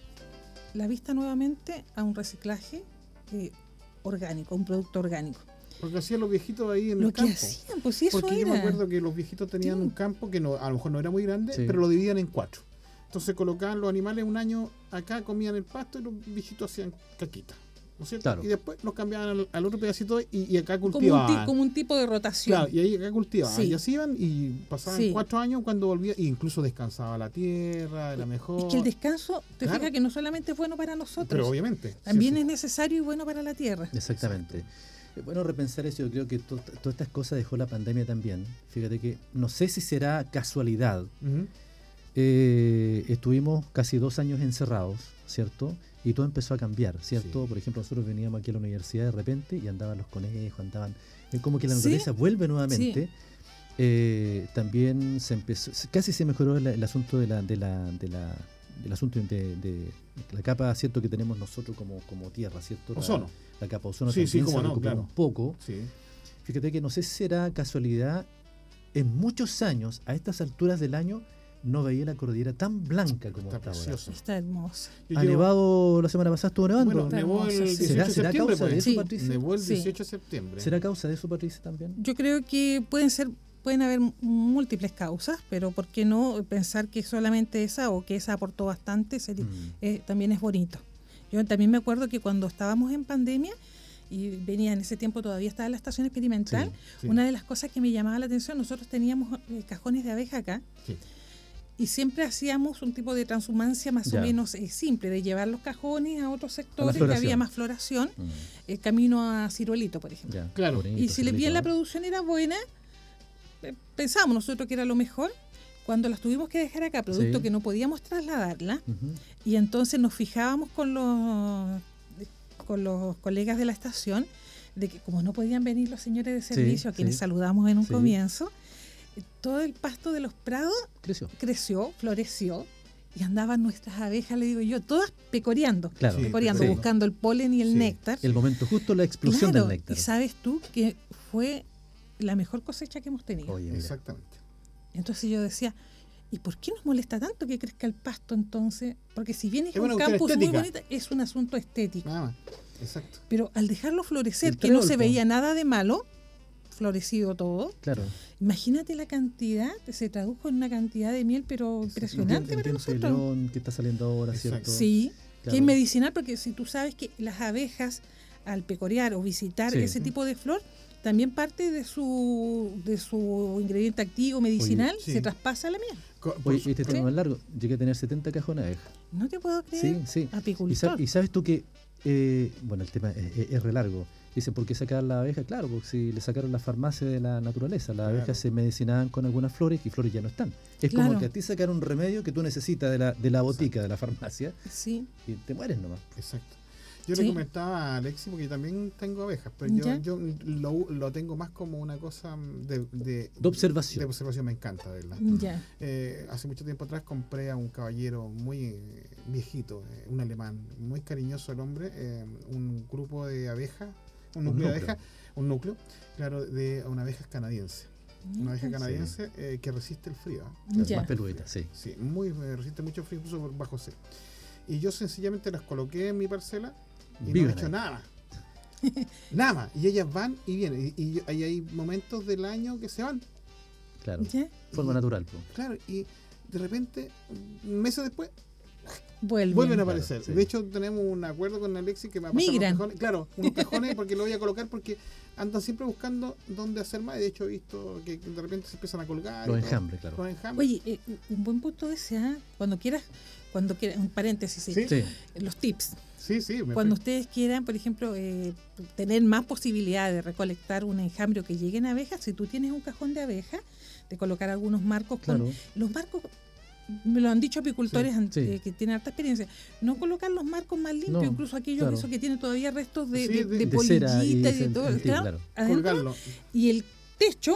Speaker 4: la vista nuevamente a un reciclaje eh, orgánico, un producto orgánico.
Speaker 3: Porque hacían los viejitos ahí en
Speaker 4: Lo
Speaker 3: el
Speaker 4: que
Speaker 3: campo.
Speaker 4: hacían, pues sí, eso
Speaker 3: Porque yo
Speaker 4: era.
Speaker 3: me acuerdo que los viejitos tenían
Speaker 4: Sí.
Speaker 3: un campo que no, a lo mejor no era muy grande,
Speaker 2: Sí.
Speaker 3: pero lo dividían en cuatro. Entonces colocaban los animales un año acá, comían el pasto y los viejitos hacían caquita. ¿No es cierto?
Speaker 2: Claro.
Speaker 3: Y después los cambiaban al, al otro pedacito y, y acá
Speaker 4: como, un ti-
Speaker 3: cultivaban.
Speaker 4: como un tipo de rotación.
Speaker 3: Claro, y ahí acá cultivaban.
Speaker 4: Sí.
Speaker 3: Y así iban y pasaban
Speaker 4: Sí.
Speaker 3: cuatro años cuando volvía, e incluso descansaba la tierra, era mejor.
Speaker 4: Es que el descanso, te
Speaker 3: Claro.
Speaker 4: fijas que no solamente es bueno para
Speaker 3: pero
Speaker 4: nosotros,
Speaker 3: obviamente. sí,
Speaker 4: también
Speaker 3: sí.
Speaker 4: es necesario y bueno para la tierra.
Speaker 2: Exactamente. Eh, Bueno, repensar eso, yo creo que to- todas estas cosas dejó la pandemia también. Fíjate que no sé si será casualidad.
Speaker 3: Ujú.
Speaker 2: eh, estuvimos casi dos años encerrados, ¿cierto? Y todo empezó a cambiar, ¿cierto?
Speaker 3: Sí.
Speaker 2: Por ejemplo, nosotros veníamos aquí a la universidad de repente y andaban los conejos, andaban... Es como que la
Speaker 4: Sí.
Speaker 2: naturaleza vuelve nuevamente. Eh, también se empezó, se- casi se mejoró el, el asunto de la, de la, de la, del asunto de, de la capa, ¿cierto? Que tenemos nosotros como, como tierra, ¿cierto? La-
Speaker 3: Ozono.
Speaker 2: la capa ozono
Speaker 3: Sí,
Speaker 2: también
Speaker 3: sí, cómo
Speaker 2: se
Speaker 3: no,
Speaker 2: recuperó
Speaker 3: claro.
Speaker 2: un poco.
Speaker 3: Sí.
Speaker 2: Fíjate que no sé si será casualidad, en muchos años, a estas alturas del año, no veía la cordillera tan blanca como
Speaker 3: Está
Speaker 2: está ahora.
Speaker 3: precioso.
Speaker 4: Está hermoso.
Speaker 3: Yo
Speaker 2: Ha
Speaker 3: llevo-
Speaker 2: nevado la semana pasada, estuvo nevando.
Speaker 3: Bueno, nevó el
Speaker 4: Hermoso, sí.
Speaker 3: 18
Speaker 2: ¿Será,
Speaker 3: de
Speaker 2: será
Speaker 3: septiembre.
Speaker 2: causa de
Speaker 3: pues.
Speaker 2: eso,
Speaker 4: Sí.
Speaker 2: Patricia?
Speaker 3: Nevó el
Speaker 4: Sí.
Speaker 3: 18 de septiembre.
Speaker 2: ¿Será causa de eso, Patricia, también?
Speaker 4: Yo creo que pueden ser pueden haber múltiples causas, pero ¿por qué no pensar que solamente esa o que esa aportó bastante sería-
Speaker 2: Mm.
Speaker 4: eh, también es bonito? Yo también me acuerdo que cuando estábamos en pandemia y venía en ese tiempo todavía estaba la estación experimental,
Speaker 3: Sí.
Speaker 4: una de las cosas que me llamaba la atención, nosotros teníamos eh, cajones de abeja acá
Speaker 3: Sí.
Speaker 4: y siempre hacíamos un tipo de transhumancia más
Speaker 2: Ya.
Speaker 4: o menos eh, simple, de llevar los cajones a otros sectores que
Speaker 2: floración.
Speaker 4: había más floración,
Speaker 2: Mm,
Speaker 4: el camino a Ciruelito, por ejemplo.
Speaker 2: ya,
Speaker 3: Claro.
Speaker 2: bonito,
Speaker 4: Y si le-
Speaker 2: bonito,
Speaker 4: bien la
Speaker 2: ¿eh?
Speaker 4: producción era buena, eh, pensábamos nosotros que era lo mejor. Cuando las tuvimos que dejar acá, producto
Speaker 2: Sí.
Speaker 4: que no podíamos trasladarla,
Speaker 2: Ujú.
Speaker 4: y entonces nos fijábamos con los, con los colegas de la estación, de que como no podían venir los señores de
Speaker 2: Sí,
Speaker 4: servicio, a quienes
Speaker 2: sí.
Speaker 4: saludamos en un
Speaker 2: Sí.
Speaker 4: comienzo, eh, todo el pasto de los prados
Speaker 2: Creció.
Speaker 4: creció, floreció, y andaban nuestras abejas, le digo yo, todas pecoreando,
Speaker 2: Claro.
Speaker 3: Sí,
Speaker 4: pecoreando,
Speaker 2: sí.
Speaker 4: buscando el polen y el
Speaker 3: Sí.
Speaker 4: néctar.
Speaker 2: El momento justo, la explosión
Speaker 4: Claro,
Speaker 2: del néctar.
Speaker 4: Y sabes tú que fue la mejor cosecha que hemos tenido.
Speaker 2: Oye, mira.
Speaker 3: Exactamente.
Speaker 4: Entonces yo decía, ¿y por qué nos molesta tanto que crezca el pasto entonces? Porque si bien es,
Speaker 3: Es una
Speaker 4: un
Speaker 3: cuestión
Speaker 4: campus muy
Speaker 3: estética.
Speaker 4: bonito, es un asunto estético.
Speaker 3: Nada más. Exacto.
Speaker 4: Pero al dejarlo florecer,
Speaker 2: El
Speaker 4: que no se
Speaker 2: trébol, po.
Speaker 4: veía nada de malo, florecido todo,
Speaker 2: Claro.
Speaker 4: imagínate la cantidad, se tradujo en una cantidad de miel, pero impresionante
Speaker 2: El
Speaker 4: para
Speaker 2: diente de
Speaker 4: nosotros.
Speaker 2: león que está saliendo ahora,
Speaker 3: Exacto.
Speaker 2: ¿cierto?
Speaker 4: Sí, que es
Speaker 2: Claro.
Speaker 4: medicinal, porque si tú sabes que las abejas, al pecorear o visitar
Speaker 2: Sí.
Speaker 4: ese tipo de flor, también parte de su, de su ingrediente activo medicinal
Speaker 3: Oye, sí.
Speaker 4: se traspasa a la miel.
Speaker 3: Co- por
Speaker 2: Oye,
Speaker 3: su-
Speaker 2: este tema es largo. Llegué a tener 70 cajones de abeja.
Speaker 4: No te puedo
Speaker 2: Sí,
Speaker 4: creer.
Speaker 2: sí. Y, sa-
Speaker 4: Apicultor.
Speaker 2: y sabes tú que, eh, bueno, el tema es, es- es re largo. Dicen, ¿por qué sacar la abeja? Claro, porque si le sacaron la farmacia de la naturaleza, las
Speaker 3: Claro.
Speaker 2: abejas se medicinaban con algunas flores y flores ya no están. Es como
Speaker 4: Claro.
Speaker 2: que a ti sacar un remedio que tú necesitas de la, de la botica, de la farmacia,
Speaker 4: Sí.
Speaker 2: y te mueres nomás.
Speaker 3: Exacto. Yo le
Speaker 4: Sí.
Speaker 3: comentaba a Alexi, porque yo también tengo abejas, pero yo,
Speaker 4: Ya.
Speaker 3: yo lo, lo tengo más como una cosa de, de,
Speaker 2: De observación.
Speaker 3: de observación, me encanta,
Speaker 2: Ah,
Speaker 3: ¿verdad?
Speaker 4: Ya.
Speaker 3: Eh, hace mucho tiempo atrás compré a un caballero muy eh, viejito, eh, un alemán, muy cariñoso el hombre, eh, un grupo de abejas, un
Speaker 2: Un
Speaker 3: núcleo de
Speaker 2: núcleo.
Speaker 3: abejas, un núcleo, claro, de una abeja canadiense. Una abeja
Speaker 4: Entonces,
Speaker 3: canadiense eh, que resiste el frío. ¿ah?
Speaker 2: Las
Speaker 4: Ya.
Speaker 2: más peluditas, sí.
Speaker 3: Sí, muy eh, resiste mucho frío, incluso por bajo C. Y yo sencillamente las coloqué en mi parcela y no
Speaker 2: Viven
Speaker 3: he hecho
Speaker 2: ahí.
Speaker 3: nada más. Nada más. Y ellas van y vienen. Y, y yo- ahí hay momentos del año que se van.
Speaker 2: Claro.
Speaker 4: Ya.
Speaker 2: Forma natural. po.
Speaker 3: Claro. Y de repente, meses después,
Speaker 4: Vuelven.
Speaker 3: vuelven a
Speaker 2: claro,
Speaker 3: aparecer.
Speaker 2: sí.
Speaker 3: De hecho, tenemos un acuerdo con Alexis que me va a pasar
Speaker 4: Migran.
Speaker 3: unos cajones. Claro, unos cajones porque lo voy a colocar porque andan siempre buscando dónde hacer más. Y de hecho, he visto que de repente se empiezan a colgar. y
Speaker 2: Los
Speaker 3: todo.
Speaker 2: enjambres, claro.
Speaker 3: Los enjambres.
Speaker 4: Oye, eh, un buen punto ese, ¿ah? Cuando quieras, cuando quieras, un paréntesis, sí.
Speaker 3: Sí.
Speaker 2: Sí.
Speaker 4: los tips.
Speaker 3: Sí, sí. me
Speaker 4: Cuando ustedes quieran, por ejemplo, eh, tener más posibilidad de recolectar un enjambre o que lleguen abejas, si tú tienes un cajón de abejas, de colocar algunos marcos con
Speaker 2: Claro.
Speaker 4: los marcos me lo han dicho apicultores an-
Speaker 2: sí.
Speaker 4: eh, que tienen harta experiencia no colocar los marcos más limpios
Speaker 2: No,
Speaker 4: incluso aquellos
Speaker 2: claro.
Speaker 4: esos que tienen todavía restos de,
Speaker 3: Sí,
Speaker 4: de,
Speaker 3: de-
Speaker 4: de
Speaker 2: De cera y
Speaker 4: polillita y de
Speaker 2: ese-
Speaker 4: todo
Speaker 2: sí,
Speaker 4: claro,
Speaker 2: claro.
Speaker 4: adentro.
Speaker 3: colgarlo.
Speaker 4: y el techo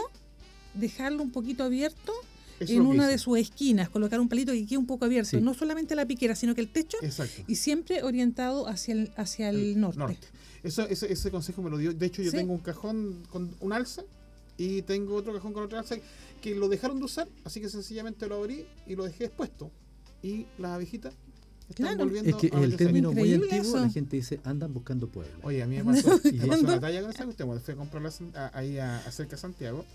Speaker 4: dejarlo un poquito abierto
Speaker 3: Eso es
Speaker 4: en
Speaker 3: lo que
Speaker 4: una de
Speaker 3: hice.
Speaker 4: sus esquinas colocar un palito que quede un poco abierto
Speaker 2: Sí.
Speaker 4: no solamente la piquera sino que el techo
Speaker 3: Exacto.
Speaker 4: y siempre orientado hacia el hacia el,
Speaker 3: El
Speaker 4: norte,
Speaker 3: norte. Eso, ese, ese consejo me lo dio. De hecho, yo
Speaker 4: Sí.
Speaker 3: tengo un cajón con un alza y tengo otro cajón con otra alza que lo dejaron de usar, así que sencillamente lo abrí y lo dejé expuesto. Y las abejitas están
Speaker 4: Claro.
Speaker 3: volviendo
Speaker 2: Es que
Speaker 3: a
Speaker 2: el
Speaker 3: meterse ahí.
Speaker 2: término muy
Speaker 4: Increíble
Speaker 2: antiguo,
Speaker 4: eso.
Speaker 2: la gente dice andan buscando pueblo.
Speaker 3: Oye, a mí me pasó, me pasó
Speaker 4: ¿Cuándo?
Speaker 3: una talla con esa cuestión. Cuando fui a comprarla a- ahí a, a cerca de Santiago,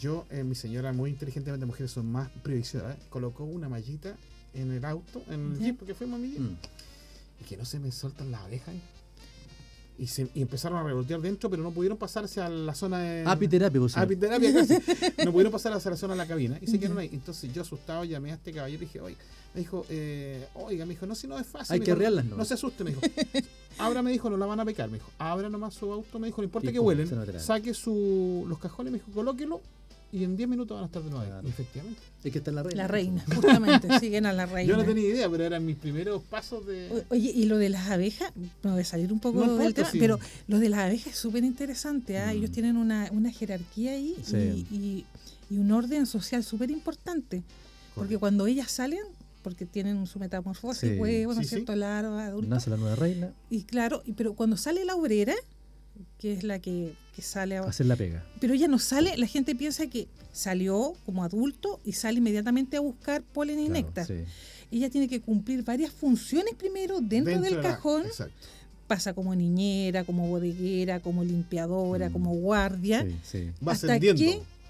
Speaker 3: yo, eh, mi señora, muy inteligentemente, mujeres son más previsoras, colocó una mallita en el auto, en el
Speaker 4: Ya.
Speaker 3: jeep, porque fuimos a mi jeep.
Speaker 2: Mm.
Speaker 3: y que no se me sueltan las abejas. Y, se, y empezaron a revolotear dentro, pero no pudieron pasar hacia la zona de. ah,
Speaker 2: Apiterapia, vos sabés.
Speaker 3: Apiterapia, casi. No pudieron pasar hacia la zona de la cabina y se
Speaker 4: Ya.
Speaker 3: quedaron ahí. Entonces yo asustado llamé a este caballero y dije, oye, me dijo, eh, oiga, me dijo, no, si no es fácil.
Speaker 2: Hay
Speaker 3: me
Speaker 2: que
Speaker 3: dijo,
Speaker 2: arrearlas,
Speaker 3: no,
Speaker 2: ¿no?
Speaker 3: se asuste, me dijo. Abra, me dijo, no la van a pecar, me dijo. Abra nomás su auto, me dijo, no importa
Speaker 2: Y
Speaker 3: que
Speaker 2: pum,
Speaker 3: huelen.
Speaker 2: pues, se lo traen.
Speaker 3: Saque su, los cajones, me dijo, colóquelo y en 10 minutos van a estar de nuevo ahí.
Speaker 2: Claro.
Speaker 3: Y Efectivamente.
Speaker 2: Es que está la reina.
Speaker 4: la reina justamente siguen a la reina
Speaker 3: Yo no tenía idea, pero eran mis primeros pasos de.
Speaker 4: O- Oye, y lo de las abejas, me voy a salir un poco
Speaker 3: No
Speaker 4: del
Speaker 3: importa,
Speaker 4: tema,
Speaker 3: sí.
Speaker 4: pero lo de las abejas es súper interesante. ¿ah?
Speaker 2: Mm.
Speaker 4: Ellos tienen una, una jerarquía ahí y-
Speaker 2: Sí.
Speaker 4: y, y un orden social súper importante. Porque cuando ellas salen, porque tienen su metamorfosis,
Speaker 2: Sí.
Speaker 4: huevos, ¿no es
Speaker 3: Sí, sí.
Speaker 4: cierto? Larva, adulto.
Speaker 2: Nace la nueva reina,
Speaker 4: Y claro, y- pero cuando sale la obrera, que es la que, que sale a-
Speaker 2: hacer la pega.
Speaker 4: Pero ella no sale, la gente piensa que salió como adulto y sale inmediatamente a buscar polen y
Speaker 2: Claro,
Speaker 4: néctar.
Speaker 2: sí.
Speaker 4: Ella tiene que cumplir varias funciones primero dentro,
Speaker 3: de
Speaker 4: del
Speaker 3: la-
Speaker 4: cajón
Speaker 3: Exacto.
Speaker 4: pasa como niñera, como bodeguera, como limpiadora,
Speaker 2: Mm.
Speaker 4: como guardia,
Speaker 2: Sí, sí.
Speaker 3: Va
Speaker 4: hasta
Speaker 3: ascendiendo.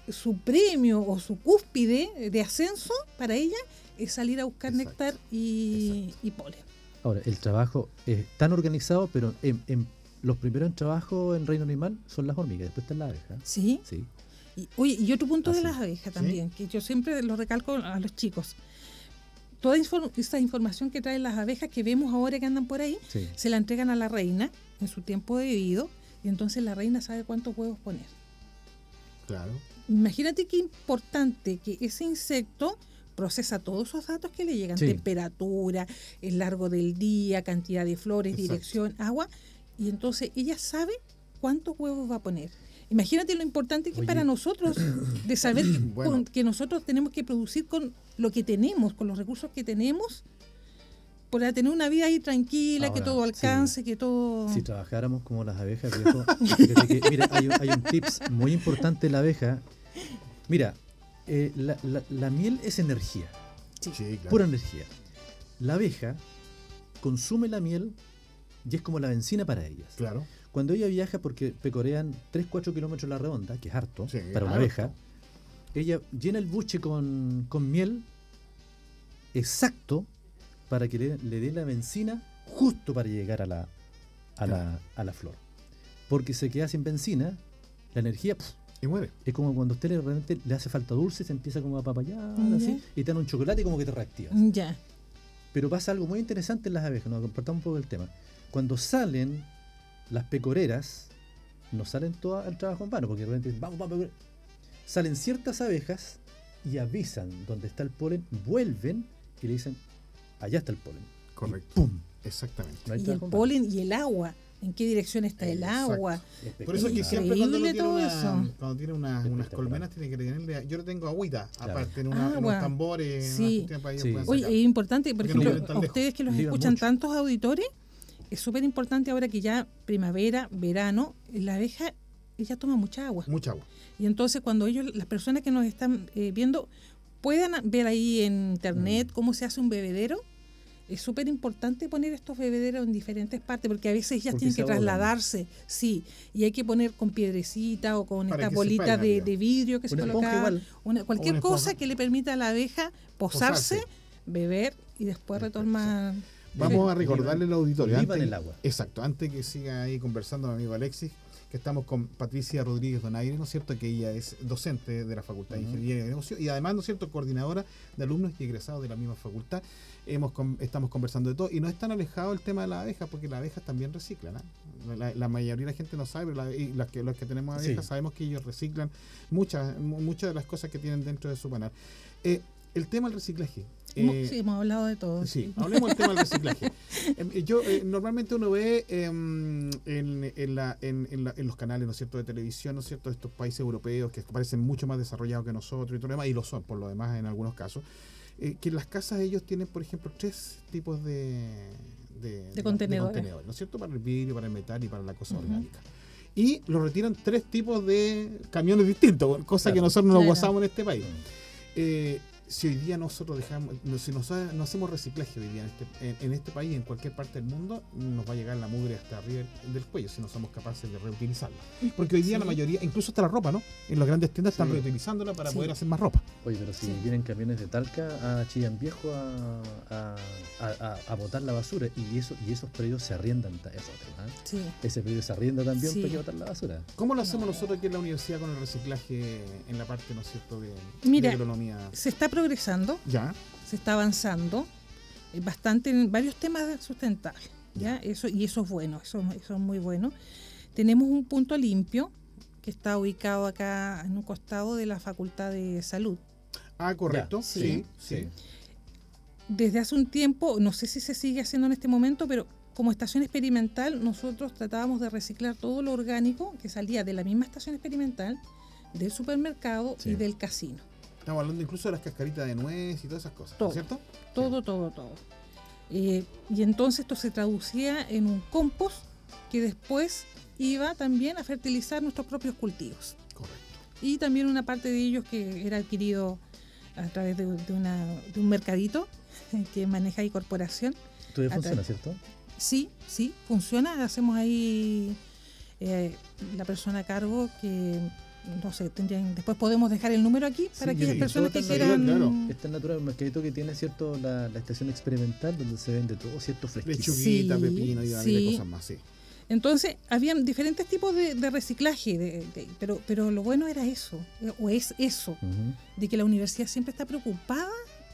Speaker 4: que su premio o su cúspide de ascenso para ella es salir a buscar
Speaker 3: Exacto,
Speaker 4: néctar y, y polen.
Speaker 2: Ahora, el trabajo es tan organizado, pero en, en- los primeros en trabajo en reino animal son las hormigas, después están las abejas.
Speaker 4: ¿Sí?
Speaker 2: Sí.
Speaker 4: Y, oye, y otro punto de
Speaker 2: Así.
Speaker 4: las abejas también, que yo siempre lo recalco a los chicos. Toda infor- esta información que traen las abejas que vemos ahora que andan por ahí,
Speaker 2: Sí.
Speaker 4: se la entregan a la reina en su tiempo debido y entonces la reina sabe cuántos huevos poner.
Speaker 3: Claro.
Speaker 4: Imagínate qué importante que ese insecto procesa todos esos datos que le llegan,
Speaker 2: Sí.
Speaker 4: temperatura, el largo del día, cantidad de flores,
Speaker 3: Exacto.
Speaker 4: dirección, agua, y entonces ella sabe cuántos huevos va a poner. Imagínate lo importante que es
Speaker 2: Oye.
Speaker 4: para nosotros de saber que,
Speaker 3: Bueno.
Speaker 4: con- que nosotros tenemos que producir con lo que tenemos, con los recursos que tenemos, para tener una vida ahí tranquila, que
Speaker 2: Ahora,
Speaker 4: todo alcance, que todo...
Speaker 2: Si trabajáramos como las abejas, viejo, fíjate que- mira, hay, un- hay un tips muy importante de la abeja. Mira, eh, la, la- la miel es energía,
Speaker 3: Sí, claro.
Speaker 2: pura energía. La abeja consume la miel y es como la benzina para ellas.
Speaker 3: Claro.
Speaker 2: Cuando ella viaja, porque pecorean 3-4 kilómetros la redonda, que es harto
Speaker 3: Sí,
Speaker 2: para una
Speaker 3: harto.
Speaker 2: abeja, ella llena el buche con, con miel exacto para que le, le dé la benzina justo para llegar a la, a, la, a la flor. Porque se queda sin benzina, la energía pf,
Speaker 3: Y muere.
Speaker 2: es como cuando a usted le- realmente le hace falta dulce, se empieza como a papayar,
Speaker 4: Ya.
Speaker 2: así, y te dan un chocolate y como que te reactiva.
Speaker 4: Ya,
Speaker 2: Pero pasa algo muy interesante en las abejas, nos compartamos un poco el tema. Cuando salen las pecoreras, no salen todas al trabajo en vano, porque realmente dicen, vamos, vamos, pecorera". Salen ciertas abejas y avisan dónde está el polen, vuelven y le dicen, allá está el polen. Y ¡Pum!
Speaker 3: Exactamente.
Speaker 2: No hay
Speaker 4: y el
Speaker 2: trabajo más.
Speaker 4: polen y el agua. ¿En qué dirección está el
Speaker 3: Exacto.
Speaker 4: agua?
Speaker 3: Por eso es que
Speaker 2: Espectacular.
Speaker 3: siempre cuando uno
Speaker 4: Increíble
Speaker 3: tiene,
Speaker 4: todo
Speaker 3: una-
Speaker 4: eso.
Speaker 3: cuando tiene una- unas
Speaker 2: Espectacular.
Speaker 3: colmenas, tiene que tenerle. Yo le tengo agüita,
Speaker 2: Claro.
Speaker 3: aparte, en una- en
Speaker 4: Agua.
Speaker 3: unos tambores, en
Speaker 4: Ah, Sí.
Speaker 3: unas cuestiones para que ellos
Speaker 2: Sí.
Speaker 3: puedan
Speaker 4: Oye,
Speaker 3: sacar.
Speaker 4: es importante, por
Speaker 3: Porque no
Speaker 4: ejemplo,
Speaker 3: viven tan
Speaker 4: a
Speaker 3: lejos.
Speaker 4: ustedes que los
Speaker 2: Llegan
Speaker 4: escuchan
Speaker 2: mucho.
Speaker 4: tantos auditores, es súper importante ahora que ya primavera, verano, la abeja, ella toma mucha agua.
Speaker 3: Mucha agua.
Speaker 4: Y entonces cuando ellos, las personas que nos están eh, viendo, puedan ver ahí en internet cómo se hace un bebedero, es súper importante poner estos bebederos en diferentes partes, porque a veces ellas
Speaker 2: Porque
Speaker 4: tienen
Speaker 2: se
Speaker 4: que
Speaker 2: ahogan.
Speaker 4: trasladarse, sí, y hay que poner con piedrecita o con
Speaker 3: Para
Speaker 4: estas
Speaker 3: que se
Speaker 4: bolitas
Speaker 3: paren
Speaker 4: de,
Speaker 3: arriba.
Speaker 4: de vidrio que se
Speaker 2: Una esponja
Speaker 4: colocaban,
Speaker 2: igual.
Speaker 4: una- cualquier
Speaker 3: Una
Speaker 4: cosa
Speaker 3: esponja.
Speaker 4: que le permita a la abeja posarse,
Speaker 3: Posarse.
Speaker 4: beber y después
Speaker 3: Perfecto.
Speaker 4: retomar.
Speaker 3: Vamos a recordarle al auditorio.
Speaker 2: Viva
Speaker 3: antes-
Speaker 2: en el agua.
Speaker 3: Exacto, antes que siga ahí conversando mi amigo Alexis, que estamos con Patricia Rodríguez Donaire, ¿no es cierto? Que ella es docente de la Facultad de
Speaker 2: Ujú.
Speaker 3: Ingeniería y Negocio y además, ¿no es cierto?, coordinadora de alumnos y egresados de la misma facultad. Hemos con- estamos conversando de todo y no es tan alejado el tema de las abejas, porque las abejas también reciclan. ¿ah? La, la mayoría de la gente no sabe, pero la- y las que, los que tenemos
Speaker 2: Sí.
Speaker 3: abejas sabemos que ellos reciclan muchas, mu- muchas de las cosas que tienen dentro de su panal. Eh, el tema del reciclaje.
Speaker 4: Hemos-
Speaker 3: eh,
Speaker 4: sí, hemos hablado de todo.
Speaker 3: Sí, hablemos del tema del reciclaje. Em, Yo, eh, normalmente uno ve em, en, en la- en- en la- en los canales, ¿no es cierto?, de televisión, ¿no es cierto?, de estos países europeos que parecen mucho más desarrollados que nosotros y todo lo demás, y lo son, por lo demás, en algunos casos, eh, que en las casas ellos tienen, por ejemplo, tres tipos de, de, digamos,
Speaker 4: contenedores.
Speaker 3: ¿no es cierto?, para el vidrio, para el metal y para la cosa
Speaker 4: Ujú.
Speaker 3: orgánica. Y lo retiran tres tipos de camiones distintos, cosa que
Speaker 2: Claro.
Speaker 3: nosotros no
Speaker 4: Claro.
Speaker 3: gozamos en este país eh, si hoy día nosotros dejamos, no, si nos ha- no hacemos reciclaje hoy día en este, en, en este país y en cualquier parte del mundo, nos va a llegar la mugre hasta arriba del cuello si no somos capaces de reutilizarla. Porque hoy día
Speaker 4: Sí.
Speaker 3: la mayoría, incluso hasta la ropa, ¿no? En las grandes tiendas están
Speaker 2: Sí.
Speaker 3: reutilizándola para
Speaker 4: Sí.
Speaker 3: poder hacer más ropa.
Speaker 2: Oye, pero si
Speaker 4: Sí.
Speaker 2: vienen camiones de Talca a Chillán Viejo a, a, a- a- a botar la basura y eso y esos predios se arriendan, ta- es otro, ¿ah?
Speaker 4: Sí.
Speaker 2: ese predio se arrienda también
Speaker 4: Sí.
Speaker 2: para que botar la basura.
Speaker 3: ¿Cómo lo hacemos nosotros aquí en la universidad con el reciclaje en la parte, ¿no es cierto?, de,
Speaker 4: Mira.
Speaker 3: de agronomía.
Speaker 4: Se está progresando.
Speaker 3: Ya,
Speaker 4: se está avanzando eh, bastante en varios temas de sustentable, ¿ya? Eso, y eso es bueno, eso, eso es muy bueno. Tenemos un punto limpio que está ubicado acá en un costado de la Facultad de Salud.
Speaker 3: ah, correcto,
Speaker 2: Ya,
Speaker 3: sí, sí.
Speaker 4: Desde hace un tiempo, no sé si se sigue haciendo en este momento, pero como estación experimental nosotros tratábamos de reciclar todo lo orgánico que salía de la misma estación experimental, del supermercado
Speaker 2: Sí.
Speaker 4: y del casino.
Speaker 3: Estamos hablando incluso de las cascaritas de nuez y todas esas cosas, ¿no
Speaker 4: Todo.
Speaker 3: es cierto?
Speaker 4: todo, todo, todo. Eh, y entonces esto se traducía en un compost que después iba también a fertilizar nuestros propios cultivos.
Speaker 3: Correcto.
Speaker 4: Y también una parte de ellos que era adquirido a través de, de una- de un mercadito eh, que maneja ahí corporación.
Speaker 2: Todavía
Speaker 4: Acá.
Speaker 2: funciona, ¿cierto?
Speaker 4: Sí, sí, funciona. Hacemos ahí eh, la persona a cargo que, no sé, tendrían, después podemos dejar el número aquí para
Speaker 2: Sí,
Speaker 4: aquellas
Speaker 3: sí,
Speaker 4: personas que
Speaker 2: todo está
Speaker 4: quieran...
Speaker 3: natural, claro.
Speaker 2: Es tan natural el mercadito que tiene, ¿cierto? La, la estación experimental donde se vende todo, ¿cierto? Fresquito.
Speaker 3: Lechuguita,
Speaker 4: Sí,
Speaker 3: pepino y una mil de
Speaker 4: sí.
Speaker 3: cosas más, sí.
Speaker 4: Entonces, habían diferentes tipos de, de reciclaje, de- de- pero, pero lo bueno era eso, eh, o es eso,
Speaker 2: Ujú,
Speaker 4: de que la universidad siempre está preocupada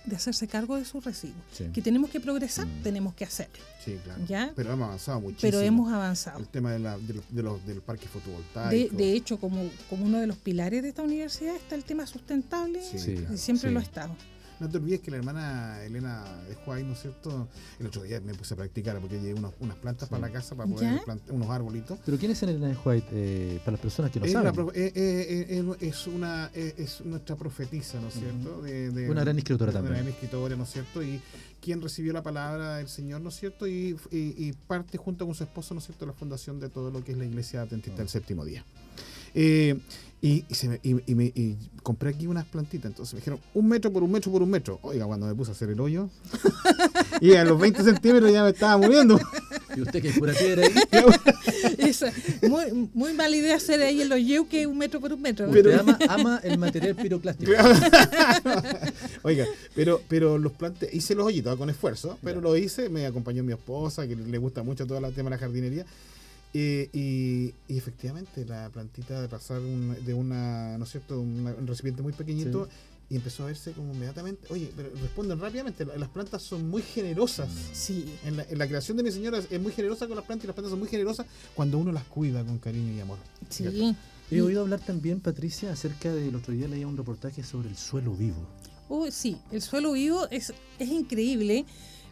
Speaker 4: de hacerse cargo de sus residuos.
Speaker 2: sí.
Speaker 4: Que tenemos que progresar,
Speaker 2: Mm.
Speaker 4: tenemos que hacerlo,
Speaker 3: Sí, claro.
Speaker 4: ¿Ya?
Speaker 3: Pero hemos avanzado muchísimo.
Speaker 4: pero hemos avanzado.
Speaker 3: El tema de la- de los- de los- del parque
Speaker 4: De,
Speaker 3: fotovoltaico.
Speaker 4: de hecho, como, como uno de los pilares de esta universidad está el tema sustentable,
Speaker 3: Sí,
Speaker 2: Sí.
Speaker 3: claro.
Speaker 4: y siempre
Speaker 2: sí.
Speaker 4: lo ha estado.
Speaker 3: No te olvides que la hermana Elena dejó ahí, ¿no es cierto? El otro día me puse a practicar porque llevé unos- unas plantas
Speaker 2: Sí.
Speaker 3: para la casa para poder
Speaker 4: ¿Ya?
Speaker 3: plantar unos arbolitos.
Speaker 2: Pero ¿quién es Elena de White eh, para las personas que no
Speaker 3: es, una
Speaker 2: saben?
Speaker 3: profe- eh, eh, eh, eh, es una eh, es nuestra profetisa, ¿no es cierto? De- de-
Speaker 2: Una gran escritora
Speaker 3: Una
Speaker 2: también.
Speaker 3: gran escritora, ¿no es cierto? Y quien recibió la palabra del Señor, ¿no es cierto? Y, y- y parte junto con su esposo, ¿no es cierto?, la fundación de todo lo que es la iglesia
Speaker 2: Ah.
Speaker 3: adventista del séptimo día. Eh, y, y se me- y- y me- y compré aquí unas plantitas, entonces me dijeron un metro por un metro por un metro. Oiga, cuando me puse a hacer el hoyo, y a los 20 centímetros ya me estaba muriendo.
Speaker 2: Y usted que es pura piedra ahí.
Speaker 4: Esa- muy, muy mala idea hacer ahí en los yeuques un metro por un metro.
Speaker 2: Usted
Speaker 3: Pero-
Speaker 2: ama, ama el material piroclástico.
Speaker 3: Oiga, pero, pero los plantes, hice los hoyitos ah, con esfuerzo, pero
Speaker 2: Ya.
Speaker 3: lo hice, me acompañó mi esposa, que le gusta mucho todo el tema de la jardinería. eh, y, y efectivamente, la plantita de pasar un- de una, ¿no es cierto?, Una- un recipiente muy pequeñito
Speaker 2: Sí.
Speaker 3: y empezó a verse como inmediatamente. Oye, pero responden rápidamente, la- las plantas son muy generosas.
Speaker 2: Mm.
Speaker 4: Sí,
Speaker 3: En la, en la creación de mi señora es es muy generosa con las plantas y las plantas son muy generosas cuando uno las cuida con cariño y amor.
Speaker 4: sí.
Speaker 2: He oído hablar también, Patricia, acerca del otro día leía un reportaje sobre el suelo vivo.
Speaker 4: Oh, sí, el suelo vivo es, es increíble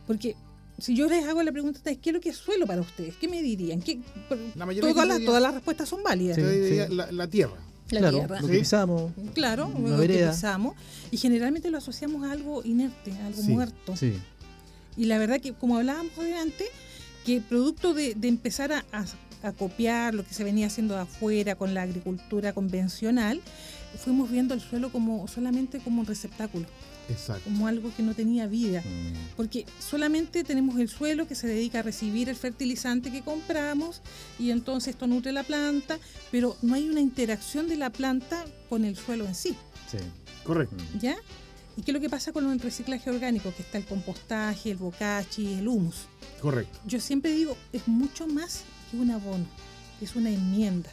Speaker 4: porque si yo les hago la pregunta, ¿qué es lo que es suelo para ustedes? ¿Qué me dirían? ¿Qué-
Speaker 3: La mayoría
Speaker 4: todas,
Speaker 3: te
Speaker 4: las,
Speaker 3: diría-
Speaker 4: todas las respuestas son válidas.
Speaker 2: Sí,
Speaker 3: Yo diría
Speaker 2: sí.
Speaker 3: La, la tierra.
Speaker 4: La
Speaker 2: claro,
Speaker 4: tierra.
Speaker 2: lo
Speaker 3: Sí.
Speaker 2: que pisamos.
Speaker 4: Claro,
Speaker 2: Una
Speaker 4: lo
Speaker 2: vereda.
Speaker 4: utilizamos y generalmente lo asociamos a algo inerte, a algo
Speaker 3: Sí,
Speaker 4: muerto.
Speaker 2: Sí,
Speaker 4: Y la verdad que, como hablábamos adelante, que producto de, de empezar a, a- a copiar lo que se venía haciendo de afuera con la agricultura convencional, fuimos viendo el suelo como solamente como un receptáculo,
Speaker 3: Exacto.
Speaker 4: como algo que no tenía vida.
Speaker 2: Mm,
Speaker 4: Porque solamente tenemos el suelo que se dedica a recibir el fertilizante que compramos y entonces esto nutre la planta, pero no hay una interacción de la planta con el suelo en sí.
Speaker 2: sí.
Speaker 3: Correcto.
Speaker 2: Mm.
Speaker 4: ¿Ya? ¿Y qué es lo que pasa con el reciclaje orgánico? Que está el compostaje, el bocachi, el humus.
Speaker 3: Correcto.
Speaker 4: Yo siempre digo, es mucho más que un abono, es una enmienda.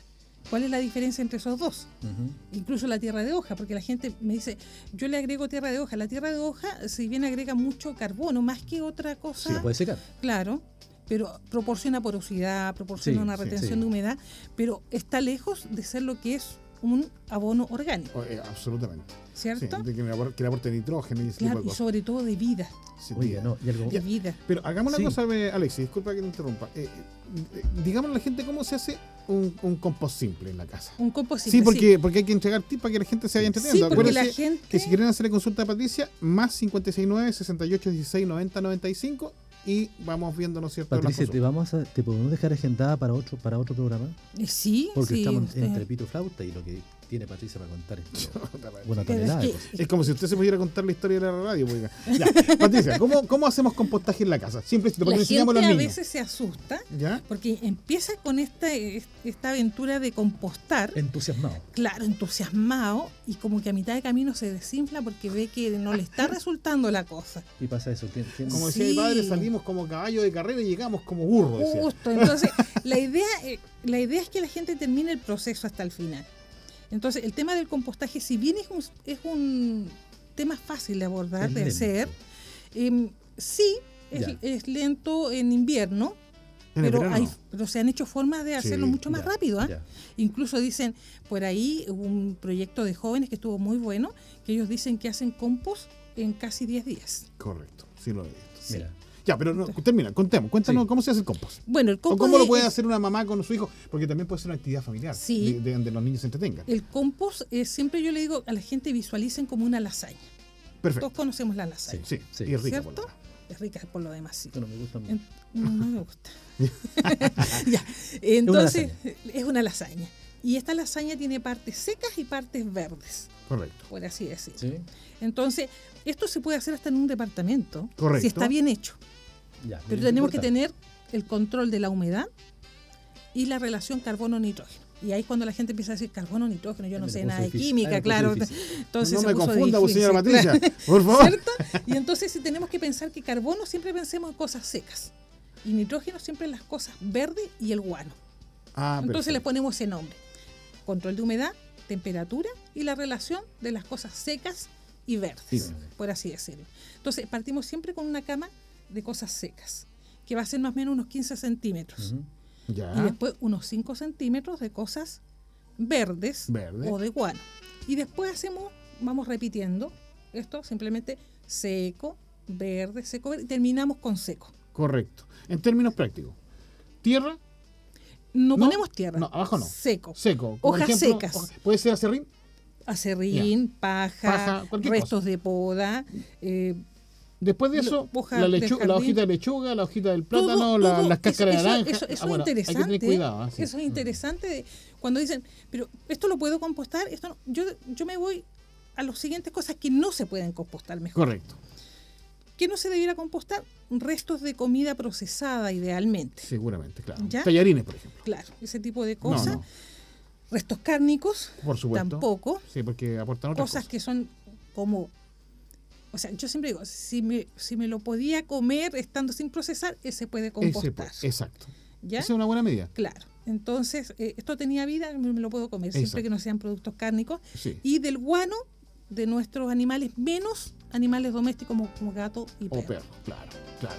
Speaker 4: ¿Cuál es la diferencia entre esos dos?
Speaker 2: Ujú.
Speaker 4: Incluso la tierra de hoja, porque la gente me dice, yo le agrego tierra de hoja. La tierra de hoja, si bien agrega mucho carbono, más que otra cosa,
Speaker 2: Sí, lo puede secar.
Speaker 4: claro, pero proporciona porosidad, proporciona
Speaker 2: Sí,
Speaker 4: una
Speaker 2: sí,
Speaker 4: retención
Speaker 2: sí.
Speaker 4: de humedad, pero está lejos de ser lo que es un abono orgánico,
Speaker 3: O- eh, absolutamente. Sí,
Speaker 4: ¿cierto?
Speaker 3: de que, le apor- que le aporte nitrógeno y ese
Speaker 4: Claro,
Speaker 3: tipo
Speaker 4: y
Speaker 3: de cosas.
Speaker 4: sobre todo de vida.
Speaker 3: Sí,
Speaker 2: Oiga,
Speaker 3: tía.
Speaker 2: no, y algo.
Speaker 4: de vida.
Speaker 3: Pero hagamos una
Speaker 2: Sí.
Speaker 3: cosa, eh, Alexis, disculpa que te interrumpa. Eh, eh, digamos a la gente cómo se hace un, un compost simple en la casa.
Speaker 4: Un pues compost
Speaker 3: Sí,
Speaker 4: simple,
Speaker 3: porque, porque hay que entregar tips para que la gente se vaya
Speaker 4: Sí,
Speaker 3: entendiendo.
Speaker 4: porque la
Speaker 3: Acuérdense
Speaker 4: gente.
Speaker 3: que si quieren hacerle consulta a Patricia, más 569 68 16 90 95 y vamos viendo, ¿no es cierto? las
Speaker 2: Patricia, te
Speaker 3: consultas.
Speaker 2: vamos a, te podemos dejar agendada para otro, para otro programa,
Speaker 4: Eh, Sí,
Speaker 2: porque
Speaker 4: sí,
Speaker 2: estamos
Speaker 4: usted-
Speaker 2: entre pito y flauta y lo que tiene Patricia para contar es pero una
Speaker 4: Pero
Speaker 2: tonelada.
Speaker 4: es
Speaker 2: de
Speaker 4: que-
Speaker 2: cosas.
Speaker 3: Es como si usted se pudiera contar la historia de la radio. pues, oiga. Ya, Patricia, ¿cómo, ¿cómo hacemos compostaje en la casa? Simplecito, porque
Speaker 4: la
Speaker 3: le enseñamos a los
Speaker 4: gente a
Speaker 3: niños.
Speaker 4: veces se asusta
Speaker 3: ¿Ya?
Speaker 4: porque empieza con esta, esta aventura de compostar,
Speaker 2: Entusiasmado.
Speaker 4: claro, entusiasmado, y como que a mitad de camino se desinfla porque ve que no le está resultando la cosa.
Speaker 2: Y pasa eso. ¿quién- quién-
Speaker 3: Como decía mi
Speaker 4: Sí.
Speaker 3: padre, salimos como caballo de carrera y llegamos como burro. decía.
Speaker 4: Justo, entonces la idea, eh, la idea es que la gente termine el proceso hasta el final. Entonces el tema del compostaje, si bien es un, es un tema fácil de abordar,
Speaker 2: es
Speaker 4: de
Speaker 2: lento.
Speaker 4: hacer, Em, sí, es,
Speaker 2: Ya.
Speaker 4: es lento en invierno,
Speaker 3: En el
Speaker 4: pero,
Speaker 3: verano
Speaker 4: hay,
Speaker 3: no.
Speaker 4: pero se han hecho formas de hacerlo
Speaker 3: Sí,
Speaker 4: mucho más
Speaker 2: Ya,
Speaker 4: rápido. ¿ah?
Speaker 2: ya.
Speaker 4: Incluso dicen, por ahí hubo un proyecto de jóvenes que estuvo muy bueno, que ellos dicen que hacen compost en casi 10 días.
Speaker 3: Correcto, sí lo he visto.
Speaker 2: Mira.
Speaker 3: Ya, pero no, termina, contemos, cuéntanos
Speaker 2: Sí.
Speaker 3: cómo se hace el compost.
Speaker 4: Bueno, el
Speaker 3: O
Speaker 4: compost
Speaker 3: cómo lo
Speaker 4: es-
Speaker 3: puede hacer una mamá con su hijo, porque también puede ser una actividad familiar,
Speaker 4: Sí.
Speaker 3: de, de donde los niños se entretengan.
Speaker 4: el compost, eh, siempre yo le digo a la gente visualicen como una lasaña.
Speaker 3: Perfecto.
Speaker 4: Todos conocemos la lasaña.
Speaker 3: Sí,
Speaker 2: Sí.
Speaker 3: y es rica.
Speaker 4: ¿Cierto?
Speaker 3: por lo menos.
Speaker 4: Es rica por lo demás, sí.
Speaker 2: Esto no me gusta mucho.
Speaker 4: En- no, no me gusta. Ya, Entonces, es una lasaña. Y esta lasaña tiene partes secas y partes verdes,
Speaker 3: Correcto.
Speaker 4: por así decirlo.
Speaker 2: Sí,
Speaker 4: Entonces, esto se puede hacer hasta en un departamento,
Speaker 3: Correcto.
Speaker 4: si está bien hecho.
Speaker 2: ya.
Speaker 4: Pero
Speaker 2: es
Speaker 4: tenemos que
Speaker 2: importante.
Speaker 4: tener el control de la humedad y la relación carbono-nitrógeno. Y ahí es cuando la gente empieza a decir carbono-nitrógeno, yo no
Speaker 2: Me
Speaker 4: sé
Speaker 2: puso
Speaker 4: nada de
Speaker 2: difícil.
Speaker 4: química,
Speaker 2: Ay, me puso
Speaker 4: claro.
Speaker 2: difícil.
Speaker 4: Entonces
Speaker 3: no
Speaker 4: se
Speaker 3: me
Speaker 4: puso
Speaker 3: confunda, pues, señora
Speaker 4: difícil,
Speaker 3: Patricia, Oh.
Speaker 4: claro.
Speaker 3: por favor.
Speaker 4: ¿Cierto? Y entonces si tenemos que pensar que carbono siempre pensemos en cosas secas. Y nitrógeno siempre en las cosas verde y el guano.
Speaker 3: Ah,
Speaker 4: entonces le
Speaker 3: perfecto.
Speaker 4: ponemos ese nombre. Control de humedad, temperatura y la relación de las cosas secas y verdes,
Speaker 3: Y verde.
Speaker 4: por así decirlo. Entonces partimos siempre con una cama de cosas secas, que va a ser más o menos unos 15 centímetros.
Speaker 2: Ujú.
Speaker 4: Y
Speaker 3: Ya,
Speaker 4: después unos 5 centímetros de cosas verdes
Speaker 3: Verde.
Speaker 4: o de guano. Y después hacemos, vamos repitiendo esto, simplemente seco, verde, seco, verde, y terminamos con seco.
Speaker 3: correcto. En términos prácticos, tierra,
Speaker 4: No,
Speaker 3: No,
Speaker 4: ponemos tierra.
Speaker 3: no, abajo no.
Speaker 4: Seco.
Speaker 3: seco. como
Speaker 4: Hojas
Speaker 3: ejemplo,
Speaker 4: secas.
Speaker 3: hoja- puede ser acerrín,
Speaker 4: Acerrín, paja,
Speaker 3: Paja, cualquier
Speaker 4: restos
Speaker 3: cosa.
Speaker 4: de poda, eh,
Speaker 3: Después de
Speaker 4: Lo-
Speaker 3: eso,
Speaker 4: hoja
Speaker 3: la,
Speaker 4: de
Speaker 3: lechu- la
Speaker 4: jardín.
Speaker 3: hojita de lechuga, la hojita del
Speaker 4: todo,
Speaker 3: plátano, la-
Speaker 4: todo.
Speaker 3: las
Speaker 4: Eso-
Speaker 3: cáscaras
Speaker 4: eso-
Speaker 3: de naranja.
Speaker 4: Eso, eso
Speaker 3: Ah, bueno,
Speaker 4: es interesante.
Speaker 3: Hay que tener cuidado. ah, sí.
Speaker 4: Eso es interesante. de- cuando dicen, pero esto lo puedo compostar, esto no. yo, yo me voy a las siguientes cosas que no se pueden compostar mejor.
Speaker 3: Correcto.
Speaker 4: ¿Qué no se debiera compostar? Restos de comida procesada, idealmente.
Speaker 3: Seguramente, claro.
Speaker 4: ¿Ya?
Speaker 3: Tallarines, por ejemplo.
Speaker 4: Claro, ese tipo de
Speaker 3: No,
Speaker 4: cosas.
Speaker 3: no,
Speaker 4: Restos cárnicos,
Speaker 3: por supuesto.
Speaker 4: tampoco.
Speaker 3: Sí, porque aportan otras
Speaker 4: Cosas
Speaker 3: cosas.
Speaker 4: que son como. O sea, yo siempre digo, si me, si me lo podía comer estando sin procesar, ese puede
Speaker 3: Ese,
Speaker 4: compostar.
Speaker 3: pues, exacto.
Speaker 4: ¿ya?
Speaker 3: Esa es una buena medida.
Speaker 4: Claro. Entonces, eh, esto tenía vida, me me lo puedo comer, siempre
Speaker 3: Exacto.
Speaker 4: que no sean productos cárnicos.
Speaker 3: Sí.
Speaker 4: Y del guano de nuestros animales, menos animales domésticos como, como gato y
Speaker 3: O
Speaker 4: perro.
Speaker 3: perro, claro, claro.